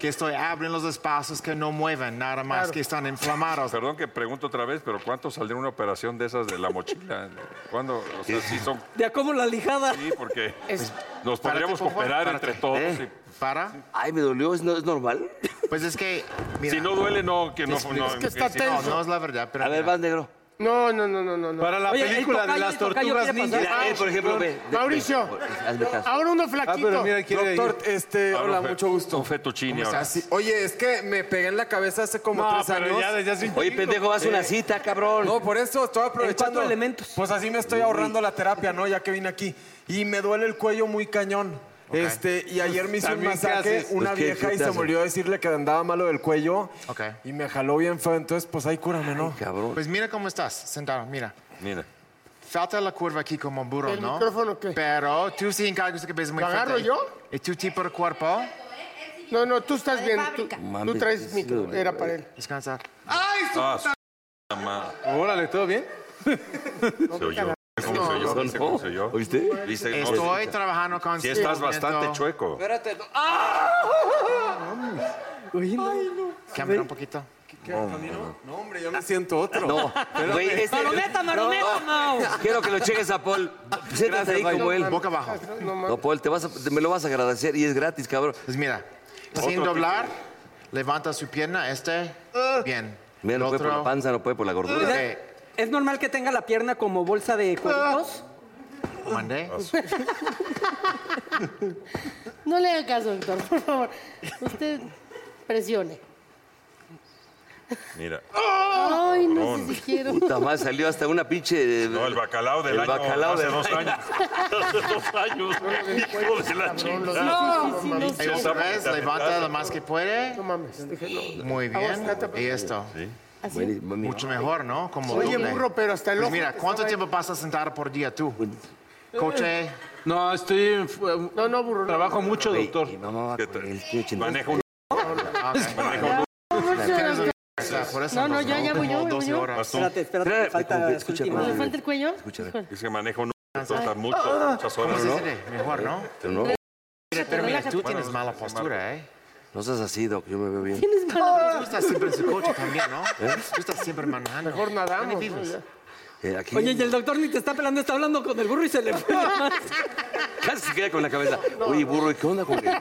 Speaker 12: que estoy abriendo los espacios que no mueven, nada más que están inflamados.
Speaker 4: Perdón que pregunto otra vez, pero ¿cuánto saldría una operación de esas de la mochila? ¿Cuándo? O sea, sí son...
Speaker 8: De a cómo la lijada.
Speaker 4: Sí, porque
Speaker 3: Es-
Speaker 4: nos podríamos
Speaker 12: por favor,
Speaker 4: cooperar
Speaker 12: párate.
Speaker 4: entre todos.
Speaker 5: ¿Eh?
Speaker 4: y-
Speaker 12: ¿Para?
Speaker 5: Ay, me dolió, ¿es, no- es normal?
Speaker 12: Pues es que, mira,
Speaker 4: Si no duele, no, que no...
Speaker 12: Es
Speaker 4: no-
Speaker 3: que está
Speaker 4: sí,
Speaker 12: no,
Speaker 3: tenso.
Speaker 12: no es la verdad, pero
Speaker 5: A ver,
Speaker 12: mira.
Speaker 5: vas, negro.
Speaker 3: No, no, no, no, no, no.
Speaker 11: Para la
Speaker 8: Oye, el
Speaker 11: película de
Speaker 8: tocayo,
Speaker 11: las
Speaker 8: el tocayo
Speaker 11: tortugas
Speaker 8: quiere
Speaker 11: ninja.
Speaker 5: Mira, él, por ejemplo, ve. ve-
Speaker 3: Mauricio.
Speaker 5: ve, hazme caso.
Speaker 3: Ahora uno
Speaker 11: Ah,
Speaker 3: flaquito.
Speaker 11: pero mira, quiere...
Speaker 10: Doctor, este,
Speaker 4: Ah,
Speaker 10: hola,
Speaker 4: un fe-
Speaker 10: mucho gusto.
Speaker 4: Un fettuccine
Speaker 10: O
Speaker 4: ahora.
Speaker 10: sea, sí- Oye, es que me pegué en la cabeza hace como
Speaker 11: No,
Speaker 10: tres años.
Speaker 11: pero ya desde hace un
Speaker 5: Oye,
Speaker 11: chingo.
Speaker 5: pendejo, vas a una cita, cabrón.
Speaker 10: No, por eso estoy
Speaker 8: En
Speaker 10: aprovechando.
Speaker 8: cuatro elementos.
Speaker 10: Pues así me estoy ahorrando la terapia, ¿no? Ya que vine aquí. Y me duele el cuello muy cañón. Este, y ayer me hizo un
Speaker 11: También, ¿qué
Speaker 10: masaje
Speaker 11: haces?
Speaker 10: una
Speaker 5: Pues, ¿qué-
Speaker 10: vieja
Speaker 5: qué
Speaker 10: y
Speaker 5: te
Speaker 10: se
Speaker 5: hace?
Speaker 10: me olvidó decirle que andaba malo del cuello.
Speaker 12: Ok.
Speaker 10: Y me jaló bien feo. Entonces, pues ahí cúrame, ¿no?
Speaker 5: Cabrón.
Speaker 12: Pues mira cómo estás, sentado, mira.
Speaker 4: Mira.
Speaker 12: Falta la curva aquí como burro,
Speaker 3: ¿El
Speaker 12: ¿no?
Speaker 3: micrófono qué?
Speaker 12: Pero tú sí encargas que ves muy
Speaker 3: ¿Lo agarro
Speaker 12: fuerte.
Speaker 3: yo?
Speaker 12: ¿Y tu tipo de cuerpo?
Speaker 3: No, no, tú estás bien. Tú,
Speaker 5: Mames,
Speaker 3: tú traes
Speaker 5: sí,
Speaker 3: micro.
Speaker 5: güey.
Speaker 3: Era para él.
Speaker 12: Descansar.
Speaker 4: Ah, su puta madre.
Speaker 11: Órale, ¿todo bien?
Speaker 4: Se oyó. ¿Cómo se oyó? ¿Dice cómo se oyó?
Speaker 5: ¿Oíste?
Speaker 4: Dice, no,
Speaker 12: Estoy
Speaker 4: sí.
Speaker 12: trabajando con...
Speaker 4: Sí, estás
Speaker 12: movimiento.
Speaker 4: bastante chueco.
Speaker 3: ¡Ah!
Speaker 12: Cambia un poquito.
Speaker 10: No, hombre, yo me siento otro.
Speaker 5: No, güey, este...
Speaker 8: Marometa, marometa, Mau.
Speaker 5: Quiero que lo cheques a Paul. Siéntate ahí como él.
Speaker 12: Boca abajo.
Speaker 3: No, ma-
Speaker 5: No, Paul, te vas a- te- me lo vas a agradecer y es gratis, cabrón.
Speaker 12: Pues mira, sin doblar, levanta su pierna, este,
Speaker 3: Ah.
Speaker 12: bien.
Speaker 5: Mira,
Speaker 12: El
Speaker 5: no puede por la
Speaker 12: otro,
Speaker 5: panza, no puede por la gordura.
Speaker 12: ok,
Speaker 8: ¿Es normal que tenga la pierna como bolsa de cueritos?
Speaker 12: Ah. mandé.
Speaker 6: No le haga caso, doctor, por favor. Usted presione.
Speaker 4: Mira.
Speaker 13: ¡Oh!
Speaker 6: Ay, no sé si quiero.
Speaker 5: Puta madre, salió hasta una pinche. eh,
Speaker 4: No, el bacalao del
Speaker 5: El
Speaker 4: año.
Speaker 5: bacalao
Speaker 4: hace
Speaker 5: del
Speaker 4: dos
Speaker 5: año.
Speaker 4: años. hace dos años. Hijo de la chingada.
Speaker 6: No, sí, no
Speaker 12: Y
Speaker 6: sé.
Speaker 12: otra vez, levanta lo más que puede.
Speaker 3: no mames. Dije, no.
Speaker 12: Muy bien. Y esto.
Speaker 5: Buenísimo, mira.
Speaker 12: Mucho mejor, ¿no? Como
Speaker 3: Oye,
Speaker 12: doble.
Speaker 3: burro, pero hasta el
Speaker 12: Pues
Speaker 3: ojo
Speaker 12: mira,
Speaker 3: te
Speaker 12: ¿cuánto
Speaker 3: estaba
Speaker 12: tiempo pasas sentada por día tú?
Speaker 5: Eh.
Speaker 12: Coche,
Speaker 11: No, estoy... en-
Speaker 3: No, no, burro. no.
Speaker 11: Trabajo mucho,
Speaker 5: Güey,
Speaker 11: doctor.
Speaker 5: Mi mamá va
Speaker 4: ¿Qué
Speaker 5: con
Speaker 4: tal?
Speaker 5: el tío chingón.
Speaker 4: Maneja un...
Speaker 12: por eso.
Speaker 6: No, no,
Speaker 12: pues,
Speaker 6: ya, ya voy yo,
Speaker 12: Como
Speaker 6: voy
Speaker 12: 12
Speaker 6: yo.
Speaker 12: horas.
Speaker 8: Espérate,
Speaker 5: Espérate,
Speaker 8: espérate, me falta
Speaker 5: como que
Speaker 8: la
Speaker 5: escucha,
Speaker 8: última.
Speaker 6: ¿Le
Speaker 5: madre.
Speaker 6: falta el cuello?
Speaker 5: Escucha,
Speaker 6: Híjole.
Speaker 4: Dice que maneja un... Está mucho, muchas horas,
Speaker 12: Sí,
Speaker 4: ¿no?
Speaker 12: sí, Mejor, ¿no?
Speaker 5: Pero no,
Speaker 12: Mira, pero mira,
Speaker 4: Bueno,
Speaker 12: tú tienes mala postura, ¿eh?
Speaker 5: no seas así, Doc, yo me veo bien.
Speaker 6: Tienes mala-
Speaker 12: Tú estás siempre en su coche también, ¿no? Tú estás siempre manejando.
Speaker 3: Mejor nadamos.
Speaker 12: ¿Dónde vives?
Speaker 3: ¿no?
Speaker 5: Eh, aquí
Speaker 8: Oye, y el doctor ni te está pelando, está hablando con el burro y se le fue la mano.
Speaker 5: casi se queda con la cabeza. Oye, burro, ¿y qué onda con él?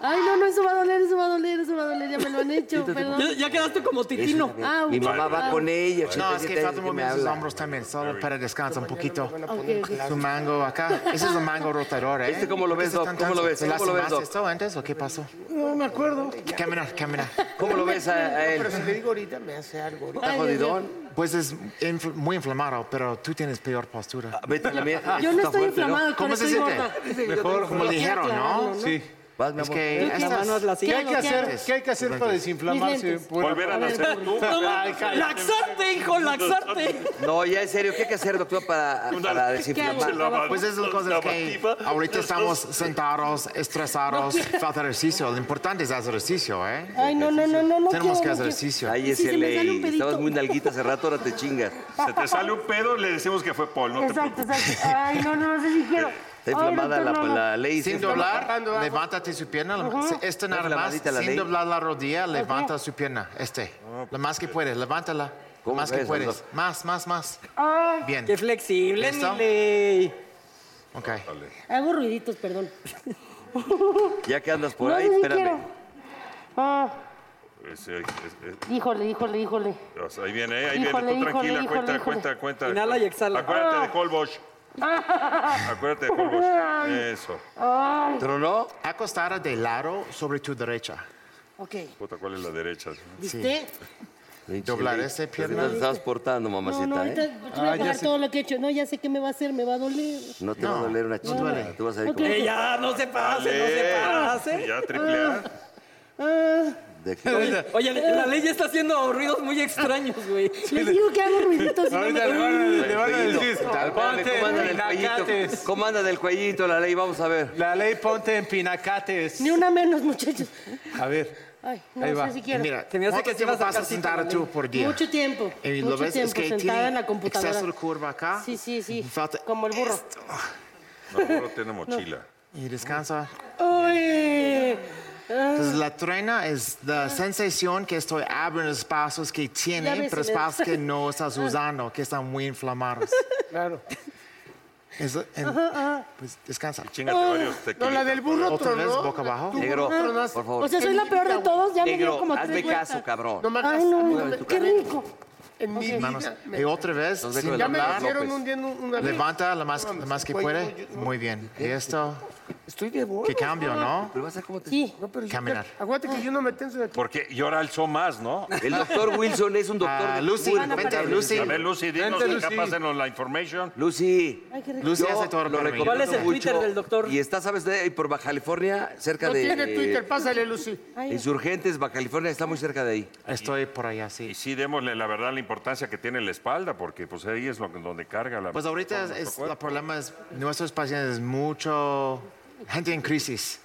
Speaker 6: Ay, no, no, eso va a doler, eso va a doler, eso va a doler. Ya me lo han hecho,
Speaker 8: Ya,
Speaker 6: perdón.
Speaker 8: ya quedaste como titino.
Speaker 6: Ah,
Speaker 5: Mi mamá va con ella.
Speaker 12: No, es
Speaker 5: 87
Speaker 12: que falta
Speaker 5: años
Speaker 12: un
Speaker 5: me
Speaker 12: momento sus
Speaker 5: habla.
Speaker 12: hombros también, solo para descansar un poquito.
Speaker 6: Ok, ok.
Speaker 12: Su mango acá. Ese es un mango rotador, ¿eh?
Speaker 5: ¿Este cómo lo
Speaker 12: ¿Por qué
Speaker 5: ves,
Speaker 12: se
Speaker 5: Doc?
Speaker 12: están
Speaker 5: ¿Cómo lo
Speaker 12: cansados?
Speaker 5: ves?
Speaker 12: ¿Se
Speaker 5: ¿Cómo lo ves,
Speaker 12: lastimaste
Speaker 5: Doc?
Speaker 12: esto antes o qué pasó?
Speaker 3: No me acuerdo.
Speaker 12: Caminar, caminar.
Speaker 5: ¿Cómo lo ves a, a
Speaker 3: Pero
Speaker 5: él?
Speaker 3: si le digo ahorita, me hace algo. ahorita.
Speaker 5: ¿Está jodidón?
Speaker 12: Pues es infl- muy inflamado, pero tú tienes peor postura.
Speaker 5: Ah, Vete a la mierda.
Speaker 6: Yo no
Speaker 5: Está
Speaker 6: estoy
Speaker 5: fuerte,
Speaker 6: inflamado,
Speaker 12: ¿Cómo se
Speaker 6: estoy
Speaker 12: siente?
Speaker 6: gorda.
Speaker 12: Mejor, como
Speaker 6: Quiero
Speaker 12: ligero, ¿no?
Speaker 6: aclararlo, ¿no?
Speaker 11: Sí.
Speaker 5: Vas, mi
Speaker 12: Es
Speaker 5: amor.
Speaker 12: que
Speaker 2: ¿Qué,
Speaker 12: estas-
Speaker 2: ¿Qué hay que hacer, ¿Qué hay que hacer para desinflamarse? Pura-
Speaker 5: pues,
Speaker 2: Ay, cállate.
Speaker 5: No, ya en serio, ¿qué hay que hacer, doctor, para, para desinflamar?
Speaker 12: Pues esas son cosas que ahorita estamos sentados, estresados,
Speaker 6: No quiero.
Speaker 12: falta ejercicio. Lo importante es hacer ejercicio, ¿eh?
Speaker 6: Ay, no, no, no, no, no.
Speaker 12: Tenemos
Speaker 6: quiero,
Speaker 12: que
Speaker 6: no
Speaker 12: hacer
Speaker 6: quiero.
Speaker 12: ejercicio.
Speaker 5: Ahí es
Speaker 6: Sí, se
Speaker 5: el
Speaker 6: me sale un
Speaker 5: ley.
Speaker 6: pedito.
Speaker 5: Estabas muy nalguita hace rato, ahora te chingas.
Speaker 4: Se te sale un pedo, le decimos que fue Paul, no te
Speaker 6: Exacto, exacto. Ay, no, no, no sé si quiero.
Speaker 5: Está inflamada
Speaker 6: Ay,
Speaker 5: la,
Speaker 6: doctor, no, no.
Speaker 5: la ley.
Speaker 12: Sin
Speaker 5: está
Speaker 12: doblar,
Speaker 5: inflamada.
Speaker 12: levántate su pierna. lo-
Speaker 5: Ajá.
Speaker 12: se- Este nada
Speaker 5: Dale la
Speaker 12: más.
Speaker 5: manita a la
Speaker 12: Sin
Speaker 5: ley.
Speaker 12: doblar la rodilla, levanta
Speaker 5: Ajá.
Speaker 12: su pierna. Este. Lo más que puedes, levántala. Lo más que
Speaker 5: ves,
Speaker 12: puedes.
Speaker 5: Aldo?
Speaker 12: Más, más, más.
Speaker 6: Ay,
Speaker 12: Bien.
Speaker 8: Qué flexible,
Speaker 12: ¿Listo?
Speaker 8: mi ley.
Speaker 12: Ok.
Speaker 6: hago ruiditos, perdón.
Speaker 5: Ya que andas por
Speaker 6: no,
Speaker 5: ahí,
Speaker 6: no, no
Speaker 5: espérame.
Speaker 6: quiero. Ah,
Speaker 4: Es- es- es-
Speaker 6: híjole, híjole, híjole.
Speaker 4: es- ahí viene, eh, ahí
Speaker 6: Híjole,
Speaker 4: viene. Tú
Speaker 6: híjole,
Speaker 4: tranquila,
Speaker 6: híjole,
Speaker 4: cuenta,
Speaker 6: híjole.
Speaker 4: cuenta, cuenta.
Speaker 8: Inhala y exhala.
Speaker 4: Acuérdate de
Speaker 6: Ah.
Speaker 4: Colbosch. Acuérdate de Colbosch.
Speaker 6: Ay.
Speaker 4: Eso.
Speaker 6: Ay.
Speaker 5: ¿Tronó?
Speaker 12: Acostada de lado sobre tu derecha.
Speaker 6: Ok.
Speaker 4: Puta, ¿cuál es la derecha?
Speaker 6: ¿Viste?
Speaker 12: Doblar ese pierna.
Speaker 5: Te estás portando,
Speaker 6: No,
Speaker 5: mamacita,
Speaker 6: no, ahorita
Speaker 5: ¿eh?
Speaker 6: voy
Speaker 12: Ah,
Speaker 6: a pagar todo lo que he hecho. No, ya sé qué me va a hacer, me va a doler.
Speaker 5: No te va a doler una chingada. Tú vas a ir
Speaker 6: Ok.
Speaker 5: como...
Speaker 6: Eh,
Speaker 8: ya, no se pase, no se pase.
Speaker 4: Ya, triple A.
Speaker 6: Ah,
Speaker 5: De aquí.
Speaker 8: Oye, oye, la ley ya está haciendo ruidos muy extraños, güey.
Speaker 6: les digo que hago ruiditos. y no
Speaker 2: Ahorita
Speaker 6: me-
Speaker 2: le van a- le van a
Speaker 5: Cuellito.
Speaker 2: decir,
Speaker 5: Tal-
Speaker 2: ponte
Speaker 5: ¿Cómo anda del
Speaker 2: pinacates.
Speaker 5: cuellito? ¿Cómo anda del cuellito la ley? Vamos a ver.
Speaker 2: La ley ponte en pinacates.
Speaker 6: Ni una menos, muchachos.
Speaker 2: A ver.
Speaker 6: Ay, no
Speaker 2: Ahí va.
Speaker 6: sé si quiero.
Speaker 12: Mira, ¿cuánto tiempo pasas sentada tú por día?
Speaker 6: Mucho tiempo.
Speaker 12: Y Eh, lo
Speaker 6: mucho
Speaker 12: ves, es
Speaker 6: tiempo
Speaker 12: que
Speaker 6: sentada
Speaker 12: tiene
Speaker 6: en la computadora.
Speaker 12: exceso de curva acá.
Speaker 6: Sí, sí, sí.
Speaker 12: Falta-
Speaker 6: Como el burro.
Speaker 4: No, no tiene mochila.
Speaker 12: Y descansa.
Speaker 6: Uy.
Speaker 12: Entonces,
Speaker 3: Ah.
Speaker 12: la trena es la sensación que estoy abriendo espacios que
Speaker 6: Ya
Speaker 12: tiene,
Speaker 6: ves,
Speaker 12: pero
Speaker 6: Inés.
Speaker 12: espacios que no estás
Speaker 3: Ah.
Speaker 12: usando, que están muy inflamados.
Speaker 3: Claro.
Speaker 12: Eso, en-
Speaker 3: Ajá, ajá. Ah.
Speaker 12: pues descansa.
Speaker 4: Chingate varios tequilas.
Speaker 3: No, la del burro
Speaker 12: Otra vez,
Speaker 3: tronó.
Speaker 12: boca abajo.
Speaker 3: Tu burro
Speaker 5: Negro,
Speaker 3: tronaste.
Speaker 5: por favor.
Speaker 6: O sea, soy la peor de todos, ya me dio
Speaker 5: Negro,
Speaker 6: como tres
Speaker 5: hazme
Speaker 6: vueltas.
Speaker 5: caso, cabrón.
Speaker 3: No me hagas-
Speaker 6: Ay, no,
Speaker 3: Una vez tu
Speaker 6: qué
Speaker 3: cabeza.
Speaker 6: rico.
Speaker 3: En mi
Speaker 12: Manos.
Speaker 3: vida. me-
Speaker 12: Y otra vez,
Speaker 5: Los dejo
Speaker 12: sin
Speaker 5: de
Speaker 3: Ya me
Speaker 5: Lambert
Speaker 12: hablar.
Speaker 3: hicieron
Speaker 5: López.
Speaker 3: un día en un- una vez.
Speaker 12: Levanta lo más, lo más que
Speaker 3: Oye,
Speaker 12: puede.
Speaker 3: oye,
Speaker 12: Muy bien. Y esto,
Speaker 3: Estoy de bolas.
Speaker 12: qué cambio, ¿no?
Speaker 5: Pero vas a ver cómo te...
Speaker 6: Sí.
Speaker 3: No, pero yo-
Speaker 12: Caminar.
Speaker 3: Aguante que yo no me tenso de aquí.
Speaker 4: Porque y ahora alzó más, ¿no?
Speaker 5: El doctor Wilson es un doctor...
Speaker 12: Ah,
Speaker 5: de-
Speaker 12: Lucy,
Speaker 5: Bueno,
Speaker 12: vente,
Speaker 5: pero-
Speaker 12: Lucy.
Speaker 4: A ver, Lucy, dinos,
Speaker 2: Vente,
Speaker 4: acá
Speaker 2: Lucy.
Speaker 4: pásenos la information.
Speaker 5: Lucy,
Speaker 6: Ay, qué rico.
Speaker 12: Lucy
Speaker 5: yo
Speaker 12: hace todo
Speaker 5: lo
Speaker 12: lo que
Speaker 5: recomiendo
Speaker 8: ¿Cuál es el Twitter
Speaker 5: mucho.
Speaker 8: del doctor?
Speaker 5: Y está, ¿sabes? De, por Baja California, cerca
Speaker 3: No
Speaker 5: de...
Speaker 3: tiene Twitter, pásale, Lucy.
Speaker 6: Ay,
Speaker 5: Insurgentes, Baja California, está muy cerca de ahí.
Speaker 12: Estoy por allá,
Speaker 4: Y
Speaker 12: sí.
Speaker 4: sí, démosle la verdad la importancia que tiene la espalda, porque pues ahí es lo, que- donde carga la...
Speaker 12: Pues ahorita
Speaker 4: todo
Speaker 12: es-
Speaker 4: nuestro
Speaker 12: es- el
Speaker 4: cuerpo.
Speaker 12: problema es nuestros pacientes, mucho gente en crisis.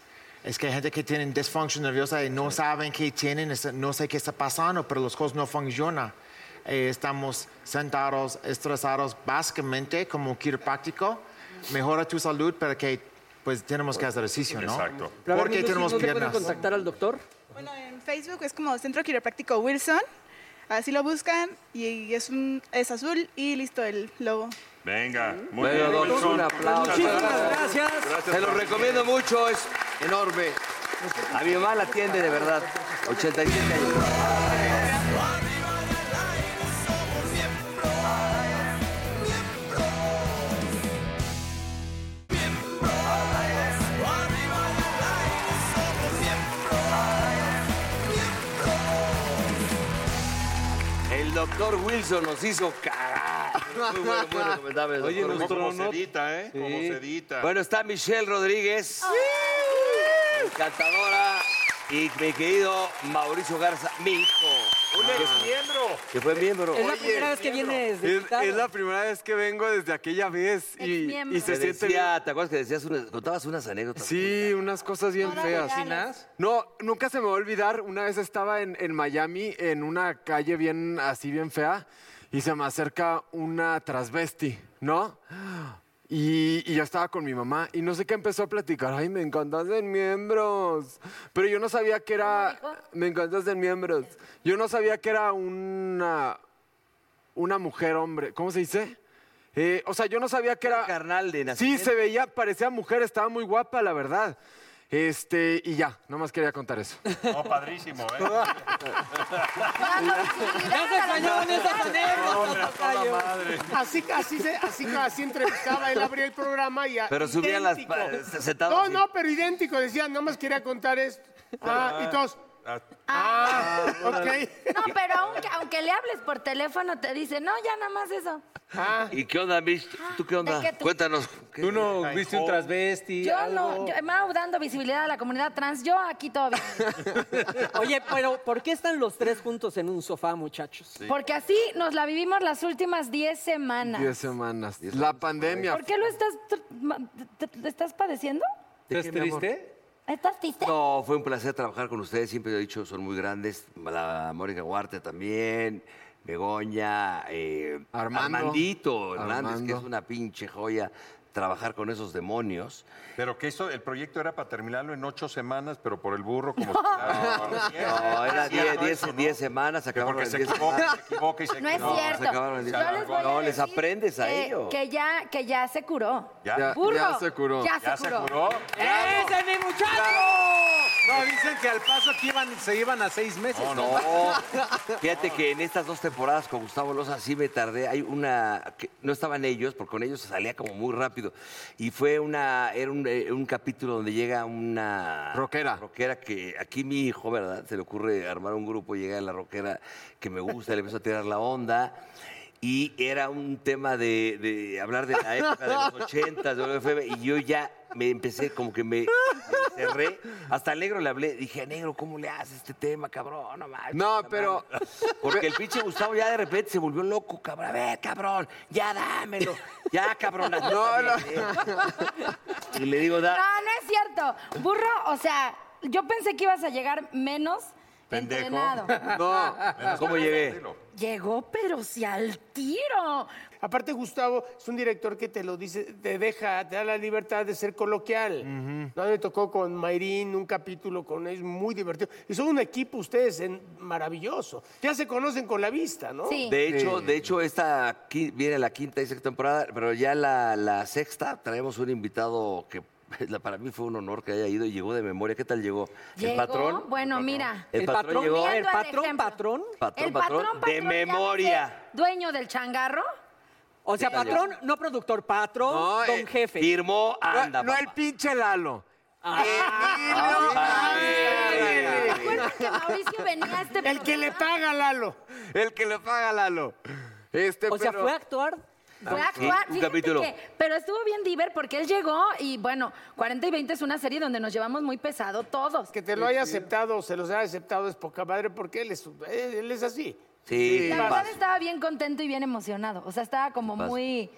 Speaker 12: Es que hay gente que tiene disfunción nerviosa y no saben qué tienen, es- no sé qué está pasando, pero las cosas no funcionan. Eh, estamos sentados, estresados, básicamente como un quiropráctico. Mejora tu salud, pero que pues tenemos que hacer ejercicio, ¿no?
Speaker 4: Exacto.
Speaker 8: Pero a ver,
Speaker 12: Porque
Speaker 8: Lucy,
Speaker 12: tenemos
Speaker 8: ¿no se pueden
Speaker 12: piernas.
Speaker 8: contactar al doctor?
Speaker 14: Bueno, en Facebook es como Centro Quiropráctico Wilson. Así lo buscan y es, un, es azul y listo el logo.
Speaker 4: Venga, muy
Speaker 5: Bueno,
Speaker 4: bien,
Speaker 5: doctor,
Speaker 4: Wilson.
Speaker 5: un aplauso.
Speaker 8: Muchísimas gracias.
Speaker 5: Se lo recomiendo mucho, es enorme. A mi mamá la atiende de verdad. 87 años. El doctor Wilson nos hizo cagar. Muy bueno, muy recomendable. el
Speaker 2: Oye,
Speaker 5: doctor
Speaker 2: nos
Speaker 5: Wilson.
Speaker 4: Como
Speaker 2: Trono.
Speaker 4: sedita, ¿eh? Como
Speaker 2: Sí.
Speaker 4: sedita.
Speaker 5: Bueno, está Michelle Rodríguez.
Speaker 8: Oh.
Speaker 5: Encantadora. Y mi querido Mauricio Garza, mi hijo. Un ex miembro. Que fue miembro.
Speaker 8: Es la primera vez que vienes de
Speaker 11: Es,
Speaker 8: invitado.
Speaker 11: es la primera vez que vengo desde aquella vez y,
Speaker 9: Exmiembro.
Speaker 11: y se
Speaker 5: Te
Speaker 11: siente
Speaker 5: decía, ¿te acuerdas que decías unas- contabas unas anécdotas?
Speaker 11: Sí, unas cosas bien
Speaker 9: Todas
Speaker 11: feas.
Speaker 9: legales.
Speaker 11: No, nunca se me va a olvidar. Una vez estaba en, en Miami, en una calle bien así, bien fea, y se me acerca una transvesti, ¿no? Y, y yo estaba con mi mamá y no sé qué empezó a platicar. Ay, me encantas en miembros. Pero yo no sabía que era. Me encantas en miembros. Yo no sabía que era una. Una mujer, hombre. ¿Cómo se dice? Eh, o sea, yo no sabía que era.
Speaker 5: carnal de
Speaker 11: Sí,
Speaker 5: nacimiento.
Speaker 11: se veía, parecía mujer, estaba muy guapa, la verdad. Este, y ya, nomás quería contar eso.
Speaker 4: No, Oh, padrísimo, ¿eh?
Speaker 8: Ya se extrañaban esas anécdotas, tocayo.
Speaker 3: Así, así, se- así, así entrevistaba, él abría el programa y... a-
Speaker 5: Pero subía las
Speaker 3: idéntico.
Speaker 5: pa- sentadas
Speaker 3: No,
Speaker 5: así.
Speaker 3: no, pero idéntico, decía, nomás quería contar esto. Ah, y todos,
Speaker 9: Ah,
Speaker 3: ok.
Speaker 9: No, pero aunque, aunque le hables por teléfono, te dice, no, ya nada más eso.
Speaker 5: ¿Y qué onda, Mitch? ¿Tú qué onda?
Speaker 9: Es que tú-
Speaker 5: Cuéntanos. ¿Tú
Speaker 2: no viste un
Speaker 5: transvesti?
Speaker 9: Yo no, yo, me hago dando visibilidad a la comunidad trans, yo aquí todavía.
Speaker 8: Oye, pero ¿por qué están los tres juntos en un sofá, muchachos?
Speaker 9: Porque así nos la vivimos las últimas 10 semanas.
Speaker 11: Diez semanas. La pandemia.
Speaker 9: ¿Por qué lo estás, tr- ma- te- te- te estás padeciendo?
Speaker 5: ¿Estás triste?
Speaker 9: ¿Estás triste?
Speaker 5: No, fue un placer trabajar con ustedes. Siempre lo he dicho, son muy grandes. La Mónica Huarte también. Begoña. eh,
Speaker 11: Armando.
Speaker 5: Armandito Hernández, que
Speaker 11: Armando.
Speaker 5: es una pinche joya trabajar con esos demonios.
Speaker 4: Pero que esto, el proyecto era para terminarlo en ocho semanas, pero por el burro como...
Speaker 5: No, era 10 semanas, acabaron
Speaker 4: Porque
Speaker 5: en
Speaker 4: se
Speaker 5: 10
Speaker 4: equivoca,
Speaker 5: semanas.
Speaker 4: se equivoca y se
Speaker 9: No es
Speaker 5: No,
Speaker 9: cierto.
Speaker 5: se acabaron en
Speaker 9: Yo
Speaker 5: 10
Speaker 9: les voy a
Speaker 5: semanas. No, les aprendes a
Speaker 9: que,
Speaker 5: ellos.
Speaker 9: que ya, que ya se curó.
Speaker 5: Ya- ya
Speaker 9: Burro,
Speaker 5: se curó.
Speaker 9: Ya se
Speaker 5: Ya se
Speaker 9: curó. Eh.
Speaker 5: curó.
Speaker 9: ¡Ese mi
Speaker 2: No, dicen que al paso que iban, se iban a seis meses.
Speaker 5: No, no. Fíjate que en estas dos temporadas con Gustavo Loza sí me tardé. Hay una. que no estaban ellos, porque con ellos salía como muy rápido. Y fue una. Era un, eh, un capítulo donde llega una. Rockera. Rockera que aquí mi hijo, ¿verdad? Se le ocurre armar un grupo, llega la rockera que me gusta, le empiezo a tirar la onda. Y era un tema de, de hablar de la época de los 80, de WFM, y yo ya me empecé como que me, me cerré. Hasta al negro le hablé, dije, negro, ¿cómo le haces este tema, cabrón? No mames.
Speaker 11: No, pero-
Speaker 5: Porque el pinche Gustavo ya de repente se volvió loco, cabrón. A ver, cabrón, ya dámelo. Ya, cabrón. hazlo
Speaker 11: No, no.
Speaker 5: bien, eh. Y le digo, da.
Speaker 9: No, no es cierto. Burro, o sea, yo pensé que ibas a llegar menos
Speaker 5: Pendejo.
Speaker 9: entrenado.
Speaker 5: No. ¿Cómo llegué?
Speaker 9: Llegó, pero si al tiro.
Speaker 3: Aparte, Gustavo es un director que te lo dice, te deja, te da la libertad de ser coloquial. No me tocó con Mayrín un capítulo con ellos muy divertido. Y son un equipo ustedes en- maravilloso. Ya se conocen con la vista, ¿no?
Speaker 5: De hecho, de hecho, esta qui- viene la quinta y sexta temporada, pero ya la, la sexta traemos un invitado que la- para mí fue un honor que haya ido y llegó de memoria. ¿Qué tal llegó?
Speaker 9: Llegó,
Speaker 5: El patrón.
Speaker 9: bueno, mira.
Speaker 5: El patrón llegó.
Speaker 9: Viendo
Speaker 5: El
Speaker 9: al
Speaker 5: patrón,
Speaker 9: ejemplo.
Speaker 5: Patrón,
Speaker 9: El patrón,
Speaker 5: patrón,
Speaker 9: patrón,
Speaker 5: de
Speaker 9: ya
Speaker 5: memoria.
Speaker 9: ves que Dueño del changarro.
Speaker 8: O sea,
Speaker 5: Dale.
Speaker 8: patrón, no productor, patrón,
Speaker 11: No,
Speaker 8: don
Speaker 11: eh,
Speaker 8: jefe.
Speaker 5: Firmó, anda.
Speaker 11: No, no el
Speaker 5: papá.
Speaker 11: pinche Lalo.
Speaker 9: Ah,
Speaker 5: Ah,
Speaker 8: Eh,
Speaker 9: que Mauricio venía a este El
Speaker 3: que le paga a Lalo.
Speaker 11: El que le paga a Lalo. Este,
Speaker 8: O sea,
Speaker 11: pero-
Speaker 8: fue a actuar.
Speaker 9: Fue a
Speaker 11: Sí,
Speaker 9: actuar,
Speaker 11: un
Speaker 9: fíjate
Speaker 11: capítulo.
Speaker 9: que- pero estuvo bien diver porque él llegó y bueno, 40 y 20 es una serie donde nos llevamos muy pesado todos.
Speaker 3: Que te lo haya aceptado, se los haya aceptado es poca madre porque él es, él él es así.
Speaker 5: Sí,
Speaker 9: La verdad
Speaker 5: paso.
Speaker 9: estaba bien contento y bien emocionado. O sea, estaba como
Speaker 5: Paso.
Speaker 9: muy.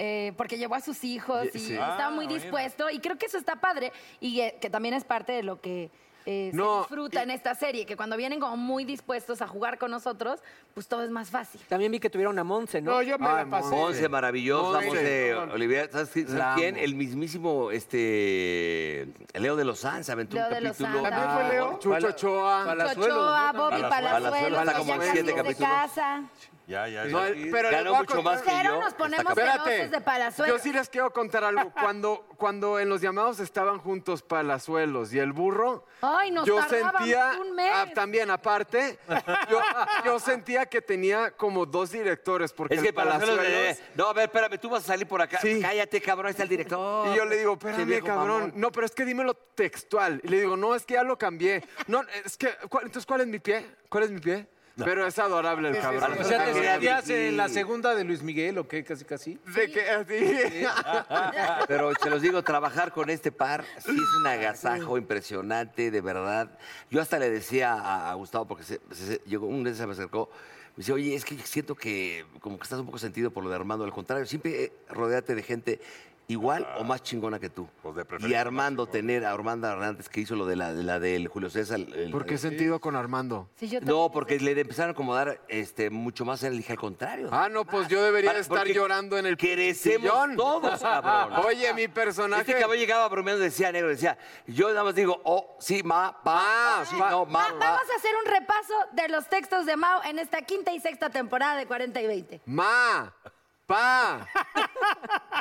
Speaker 9: eh, porque llevó a sus hijos y
Speaker 11: Sí, sí.
Speaker 9: estaba
Speaker 11: Ah,
Speaker 9: muy
Speaker 11: bueno.
Speaker 9: dispuesto. Y creo que eso está padre. Y eh, que también es parte de lo que. eh, se
Speaker 11: No,
Speaker 9: disfruta en esta serie, que cuando vienen como muy dispuestos a jugar con nosotros, pues todo es más fácil.
Speaker 8: También vi que tuvieron a Monse, ¿no?
Speaker 3: No, yo me la pasé.
Speaker 5: Monse, maravillosa,
Speaker 8: Monse.
Speaker 5: Monse Olivera. eh, ¿Sabes, qué- sabes
Speaker 8: La amo.
Speaker 5: quién? El mismísimo este, Leo de los Sanz aventó
Speaker 9: Leo
Speaker 5: un
Speaker 9: de los
Speaker 5: capítulo.
Speaker 9: Sanz. ¿También fue Leo?
Speaker 11: Chucho Ochoa.
Speaker 5: Palazuelos,
Speaker 9: Ochoa,
Speaker 5: ¿no?
Speaker 9: Bobby Palazuelos,
Speaker 5: Está
Speaker 9: que
Speaker 5: como
Speaker 9: ya
Speaker 5: en
Speaker 9: casi
Speaker 5: siete
Speaker 9: se
Speaker 5: capítulos.
Speaker 9: casa.
Speaker 4: Ya, ya,
Speaker 11: No,
Speaker 4: ya.
Speaker 11: el- pero les
Speaker 5: Ganó
Speaker 11: voy a
Speaker 5: mucho
Speaker 11: contar-
Speaker 5: más que
Speaker 9: Pero
Speaker 5: yo.
Speaker 9: nos ponemos
Speaker 5: Está cabrón.
Speaker 9: celosos de Palazuelos.
Speaker 11: Yo sí les quiero contar algo. Cuando, cuando en los llamados estaban juntos Palazuelos y el burro,
Speaker 9: Ay, nos
Speaker 11: yo
Speaker 9: tardábamos
Speaker 11: sentía,
Speaker 9: un mes.
Speaker 11: ah, también aparte, yo, yo sentía que tenía como dos directores, porque
Speaker 5: Es que
Speaker 11: el Palazuelos...
Speaker 5: Palazuelos... eh, No, a ver, espérame, tú vas a salir por acá.
Speaker 11: Sí.
Speaker 5: Cállate, cabrón, ahí está el director.
Speaker 11: Y yo le digo,
Speaker 5: Che
Speaker 11: espérame,
Speaker 5: viejo
Speaker 11: cabrón.
Speaker 5: mamón.
Speaker 11: No, pero es que dímelo textual. Y le digo, no, es que ya lo cambié. No, es que, ¿cuál- entonces, ¿cuál es mi pie? ¿Cuál es mi pie? Pero es adorable el cabrón.
Speaker 2: O sea, te sentías en la segunda de Luis Miguel o qué, casi casi.
Speaker 11: De Ah, que así.
Speaker 5: Pero se los digo, trabajar con este par sí es un agasajo impresionante, de verdad. Yo hasta le decía a, a Gustavo, porque se- se- se- llegó, un día se me acercó, me dice, oye, es que siento que como que estás un poco sentido por lo de Armando. Al contrario, siempre eh, rodeate de gente igual o más chingona que tú. y
Speaker 4: Pues preferencia más
Speaker 5: Armando, tener a Armando Hernández, que hizo lo de la, de la del Julio César. el-
Speaker 11: ¿Por qué
Speaker 5: el-
Speaker 11: sentido con Armando?
Speaker 9: Sí, yo
Speaker 5: No, porque le empezaron a acomodar este, mucho más, él dije al contrario.
Speaker 11: Ah, no, pues yo debería
Speaker 5: Para-
Speaker 11: estar
Speaker 5: porque
Speaker 11: llorando en el
Speaker 5: Crecemos
Speaker 11: sillón.
Speaker 5: todos, cabrón.
Speaker 11: Oye, mi personaje...
Speaker 5: Este cabrón llegaba bromeando, decía negro, decía, yo nada más digo, oh, sí, ma,
Speaker 11: Ah,
Speaker 5: pa, oh, sí, no, ma,
Speaker 9: Va-
Speaker 5: pa.
Speaker 9: Vamos a hacer un repaso de los textos de Mao en esta quinta y sexta temporada de 40 y 20.
Speaker 11: Ma, pa.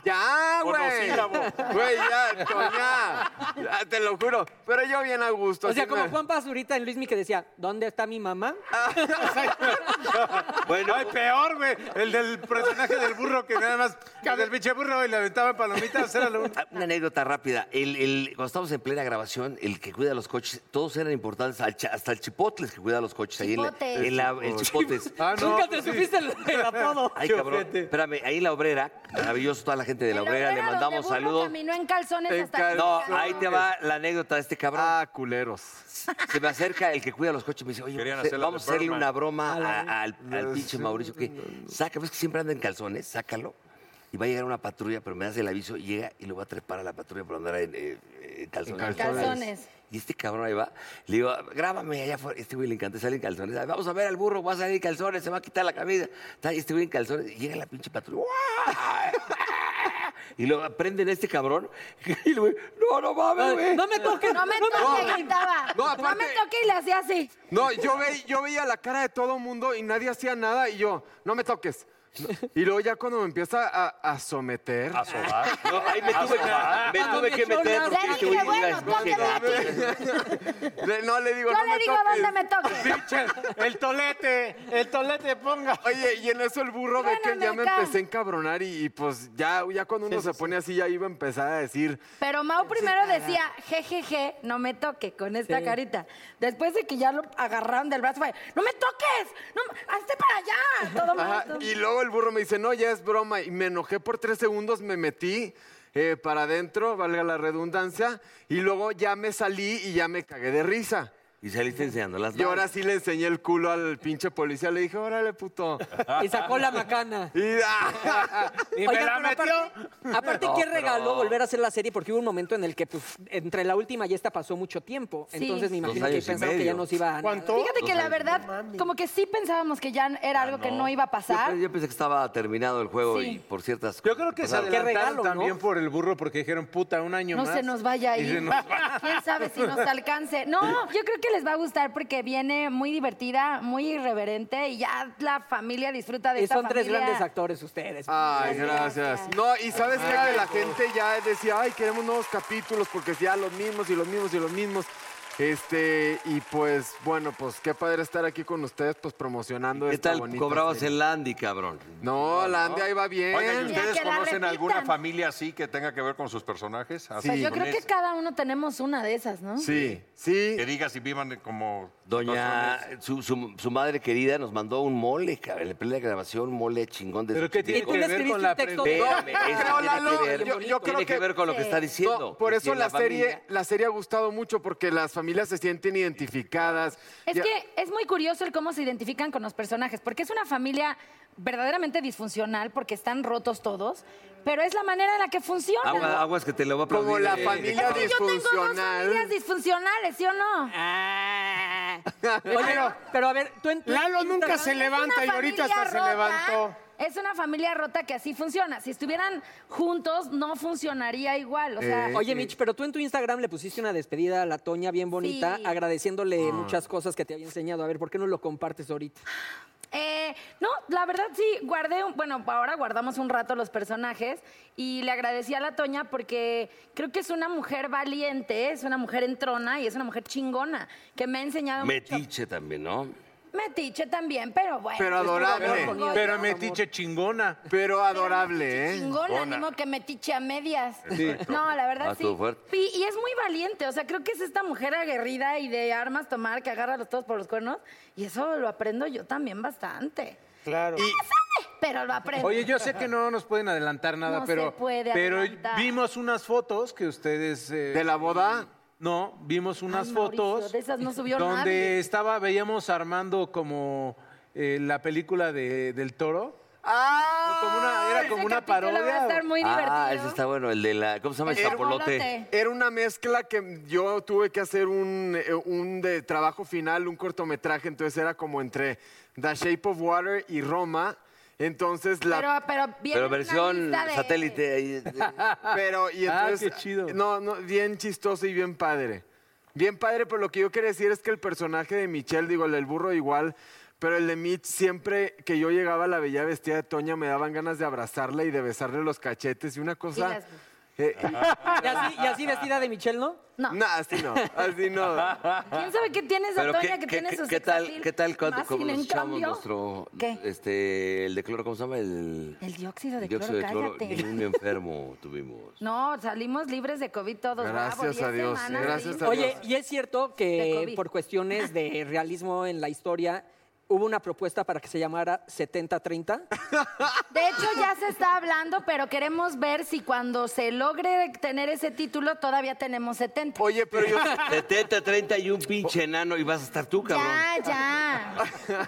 Speaker 11: Ya, güey.
Speaker 4: Monosílabo.
Speaker 11: Güey, ya, Toña. Ah, Te lo juro. Pero yo bien a gusto.
Speaker 8: O sea,
Speaker 11: así
Speaker 8: como
Speaker 11: me-
Speaker 8: Juan Pazurita en Luismi que decía, ¿dónde está mi mamá?
Speaker 2: Bueno. Ay, peor, güey. El del personaje del burro que nada más. El del pinche burro y le aventaban palomitas. Era lo
Speaker 5: Ah, Una anécdota rápida. El, el- cuando estábamos en plena grabación, el que cuida los coches, todos eran importantes, al cha- hasta el Chipotles que cuida los coches ahí en la,
Speaker 8: Chipotes.
Speaker 5: en la- el Chipotles.
Speaker 8: Ah, no, Nunca te
Speaker 11: pues
Speaker 8: sí. supiste el- el apodo.
Speaker 5: Ay,
Speaker 8: Qué
Speaker 5: cabrón. Espérame, ahí en la obrera, maravilloso toda la gente de la obrera, le mandamos saludos.
Speaker 9: Caminó en calzones hasta que
Speaker 5: No,
Speaker 9: llegaron.
Speaker 5: ahí te va la anécdota de este cabrón. Ah, culeros. Se me acerca el que cuida los coches y me dice, oye,
Speaker 4: Querían
Speaker 5: se-
Speaker 4: hacer la
Speaker 5: vamos a
Speaker 4: de
Speaker 5: hacerle
Speaker 4: Birdman.
Speaker 5: una broma
Speaker 4: A la
Speaker 5: a- al, al pinche Mauricio que saca, ves que siempre anda en calzones, sácalo. Y va a llegar una patrulla, pero me das el aviso, y llega y lo va a trepar a la patrulla por andar en, eh, en calzones.
Speaker 9: En calzones.
Speaker 5: Y este cabrón ahí va, le digo, grábame allá afuera. Este güey le encanta salir en calzones. "Ay, Vamos a ver al burro, va a salir en calzones, se va a quitar la camisa. Está ahí Este güey en calzones, y llega la pinche patrulla. ¡guau! Y lo prenden a este cabrón. Y el güey, no, no mames, güey.
Speaker 8: No me toques.
Speaker 9: No me
Speaker 8: No,
Speaker 9: toque,
Speaker 11: no.
Speaker 9: gritaba.
Speaker 11: No, aparte-
Speaker 9: No me toque y le hacía así.
Speaker 11: No, yo, ve- yo veía la cara de todo mundo y nadie hacía nada y yo, no me toques. No. Y luego ya cuando me empieza a, a someter. A
Speaker 5: sobar. ahí me tuve que- me Cuando tuve me que meter cholas. porque Ya dije, este güey bueno, iba a
Speaker 11: No le digo,
Speaker 9: Yo
Speaker 11: no
Speaker 9: le
Speaker 11: me
Speaker 9: digo
Speaker 11: toques.
Speaker 9: dónde me toque.
Speaker 11: El tolete, el tolete, ponga. Oye, y en eso el burro ve que
Speaker 9: Tróname
Speaker 11: ya me
Speaker 9: acá.
Speaker 11: empecé a encabronar y, y pues ya, ya cuando uno se pone así ya iba a empezar a decir.
Speaker 9: Pero Mau primero decía, jejeje, no me toque con esta
Speaker 11: Sí.
Speaker 9: carita. Después de que ya lo agarraron del brazo, fue, no me toques, no, me- hazte para allá. Todo
Speaker 11: Ajá,
Speaker 9: mundo-
Speaker 11: y luego el burro me dice, no, ya es broma. Y me enojé por tres segundos, me metí eh, para adentro, valga la redundancia, y luego ya me salí y ya me cagué de risa.
Speaker 5: Y saliste enseñando las
Speaker 11: Y ahora
Speaker 5: nalgas.
Speaker 11: sí le enseñé el culo al pinche policía, le dije, órale, puto.
Speaker 8: Y sacó la macana.
Speaker 11: Y, ah,
Speaker 8: Oigan,
Speaker 11: Oigan,
Speaker 8: pero
Speaker 11: pero
Speaker 8: Aparte, aparte,
Speaker 11: No,
Speaker 8: qué
Speaker 11: pero-
Speaker 8: regaló volver a hacer la serie porque hubo un momento en el que pues, entre la última y esta pasó mucho tiempo.
Speaker 9: Sí.
Speaker 8: Entonces me
Speaker 5: Dos
Speaker 8: imagino que
Speaker 5: años y
Speaker 8: pensaron que
Speaker 5: medio.
Speaker 8: ya nos iba a...
Speaker 5: ¿Cuánto?
Speaker 9: Fíjate que
Speaker 5: Dos
Speaker 9: la
Speaker 5: años.
Speaker 9: verdad, como que sí pensábamos que ya era
Speaker 2: Ah,
Speaker 9: algo que no iba a pasar.
Speaker 5: Yo, yo pensé que estaba terminado el juego
Speaker 9: Sí.
Speaker 5: y por ciertas
Speaker 2: Yo creo que se
Speaker 5: pasaron.
Speaker 2: adelantaron también por el burro porque dijeron, puta, un año
Speaker 9: No
Speaker 2: más.
Speaker 9: se nos vaya
Speaker 2: Y se
Speaker 9: ahí.
Speaker 2: nos va.
Speaker 9: ¿Quién sabe si nos alcance? No, yo creo que les va a gustar porque viene muy divertida, muy irreverente y ya la familia disfruta de
Speaker 8: Y
Speaker 9: esta
Speaker 8: son tres
Speaker 9: familia.
Speaker 8: grandes actores ustedes.
Speaker 11: Ay, gracias. No, y sabes qué? que la gente ya decía, ay, queremos nuevos capítulos porque ya los mismos y los mismos y los mismos. Este, y pues, bueno, pues qué padre estar aquí con ustedes, pues promocionando
Speaker 5: ¿Qué
Speaker 11: esta
Speaker 5: tal
Speaker 11: bonita
Speaker 5: cobrabas
Speaker 11: serie.
Speaker 5: el Landy, cabrón?
Speaker 11: No, la Andy ahí va bien.
Speaker 4: Oigan, ¿y
Speaker 9: Mira,
Speaker 4: ustedes
Speaker 9: que la
Speaker 4: conocen alguna
Speaker 9: repitan.
Speaker 4: familia así que tenga que ver con sus personajes?
Speaker 2: Ah,
Speaker 9: O sea, Pues yo creo que cada uno tenemos una de esas, ¿no?
Speaker 11: Sí, sí.
Speaker 4: Que digas y vivan como...
Speaker 5: Doña, Ah, su, su- su madre querida nos mandó un mole, cabrón, en plena grabación, un mole chingón de
Speaker 2: ¿Pero
Speaker 5: su
Speaker 2: qué tiene
Speaker 5: tiempo.
Speaker 2: que ver con la
Speaker 5: texto? Espérame,
Speaker 11: No,
Speaker 5: eso
Speaker 11: creo,
Speaker 5: tiene que
Speaker 11: Lalo,
Speaker 5: ver-
Speaker 11: yo- yo creo
Speaker 5: tiene que ver con lo que está diciendo,
Speaker 11: No, por
Speaker 5: que
Speaker 11: eso
Speaker 5: tiene
Speaker 11: la,
Speaker 5: la
Speaker 11: serie,
Speaker 5: familia.
Speaker 11: la serie ha gustado mucho porque las familias se sienten identificadas.
Speaker 9: Es
Speaker 11: Ya-
Speaker 9: que es muy curioso el cómo se identifican con los personajes, porque es una familia verdaderamente disfuncional, porque están rotos todos, pero es la manera en la que funciona.
Speaker 5: Agua- aguas que te lo va a aplaudir.
Speaker 11: Como la
Speaker 5: eh,
Speaker 11: familia
Speaker 5: eh,
Speaker 9: Yo tengo dos
Speaker 11: disfuncional.
Speaker 9: familias disfuncionales, ¿sí o no?
Speaker 8: Oye, pero a ver, tú en- tú-
Speaker 3: Ah. Lalo nunca se levanta y ahorita hasta se levantó.
Speaker 9: Es una familia rota que así funciona. Si estuvieran juntos, no funcionaría igual. O sea,
Speaker 3: Eh,
Speaker 8: Oye, Mitch, pero tú en tu Instagram le pusiste una despedida a la Toña bien bonita,
Speaker 9: Sí.
Speaker 8: agradeciéndole
Speaker 3: Ah.
Speaker 8: muchas cosas que te había enseñado. A ver, ¿por qué no lo compartes ahorita?
Speaker 9: Eh, no, la verdad sí, guardé, un- bueno, ahora guardamos un rato los personajes y le agradecí a la Toña porque creo que es una mujer valiente, es una mujer entrona y es una mujer chingona que me ha enseñado mucho.
Speaker 5: Metiche también, ¿no?
Speaker 9: Metiche también, pero bueno.
Speaker 11: Pero
Speaker 9: pues,
Speaker 11: adorable.
Speaker 9: digo,
Speaker 2: Pero,
Speaker 9: no,
Speaker 2: pero
Speaker 9: no,
Speaker 2: metiche chingona.
Speaker 11: Pero adorable, ¿eh?
Speaker 9: Chingona, animo que metiche a medias. No, la verdad
Speaker 5: Ah,
Speaker 9: sí.
Speaker 5: estuvo fuerte.
Speaker 9: Pi- Y, es muy valiente, o sea, creo que es esta mujer aguerrida y de armas tomar que agarra a los todos por los cuernos y eso lo aprendo yo también bastante. Eh,
Speaker 2: Claro.
Speaker 9: Pero lo aprendo.
Speaker 2: Oye, yo sé que no nos pueden adelantar nada,
Speaker 9: No
Speaker 2: pero,
Speaker 9: se puede
Speaker 2: pero
Speaker 9: adelantar.
Speaker 2: vimos unas fotos que ustedes... eh,
Speaker 11: ¿De la boda?
Speaker 2: No, vimos unas
Speaker 9: Ay, Mauricio,
Speaker 2: fotos
Speaker 9: de esas no subió
Speaker 2: donde
Speaker 9: nadie.
Speaker 2: estaba, veíamos a Armando como eh, la película de- del toro.
Speaker 11: ¡Ah!
Speaker 2: Como una- era como una parodia.
Speaker 9: va a estar muy
Speaker 5: ah,
Speaker 9: divertido.
Speaker 5: ese está bueno, el de la... ¿Cómo se llama? El zapolote.
Speaker 11: Era una mezcla que yo tuve que hacer un, eh, un de trabajo final, un cortometraje, entonces era como entre The Shape of Water y Roma. Entonces la
Speaker 9: Pero, pero viene
Speaker 5: Pero
Speaker 9: una
Speaker 5: versión
Speaker 9: lista de-
Speaker 5: satélite. ahí, de-
Speaker 11: Pero, y
Speaker 2: Ah,
Speaker 11: entonces.
Speaker 2: qué chido.
Speaker 11: No, no, bien chistoso y bien padre. Bien padre, pero lo que yo quería decir es que el personaje de Michelle, digo, el del burro igual, pero el de Mitch, siempre que yo llegaba a la bella vestida de Toña, me daban ganas de abrazarla y de besarle los cachetes y una cosa.
Speaker 9: Y las-
Speaker 11: Eh,
Speaker 3: Ah.
Speaker 8: ¿Y así, y así vestida de Michelle, ¿no?
Speaker 9: No.
Speaker 11: no, así no, así no.
Speaker 9: ¿Quién sabe qué tiene esa
Speaker 5: Pero
Speaker 9: Toña
Speaker 5: qué,
Speaker 9: Ah,
Speaker 5: qué-
Speaker 9: que tiene
Speaker 5: qué-
Speaker 9: su
Speaker 5: qué
Speaker 9: sex
Speaker 5: tal,
Speaker 9: appeal?
Speaker 5: qué tal cuando
Speaker 9: Más,
Speaker 5: como
Speaker 9: sin
Speaker 5: nos
Speaker 9: en
Speaker 5: echamos
Speaker 9: cambio,
Speaker 5: nuestro
Speaker 9: ¿Qué?
Speaker 5: este el de cloro, ¿cómo se llama? El,
Speaker 9: El dióxido de
Speaker 5: el dióxido
Speaker 9: cloro, cállate.
Speaker 5: y un enfermo tuvimos.
Speaker 9: No, salimos libres de COVID todos.
Speaker 5: Gracias
Speaker 9: bravo, diez
Speaker 5: a Dios,
Speaker 9: semanas
Speaker 5: gracias
Speaker 9: libres.
Speaker 5: a
Speaker 8: Oye, y es cierto
Speaker 9: De
Speaker 8: que
Speaker 9: COVID.
Speaker 8: por cuestiones de realismo en la historia hubo una propuesta para que se llamara 70-30.
Speaker 9: De hecho, ya se está hablando, pero queremos ver si cuando se logre tener ese título todavía tenemos 70.
Speaker 11: Oye, pero yo...
Speaker 5: 70, 30 y un pinche enano y vas a estar tú, cabrón.
Speaker 9: Ya, ya.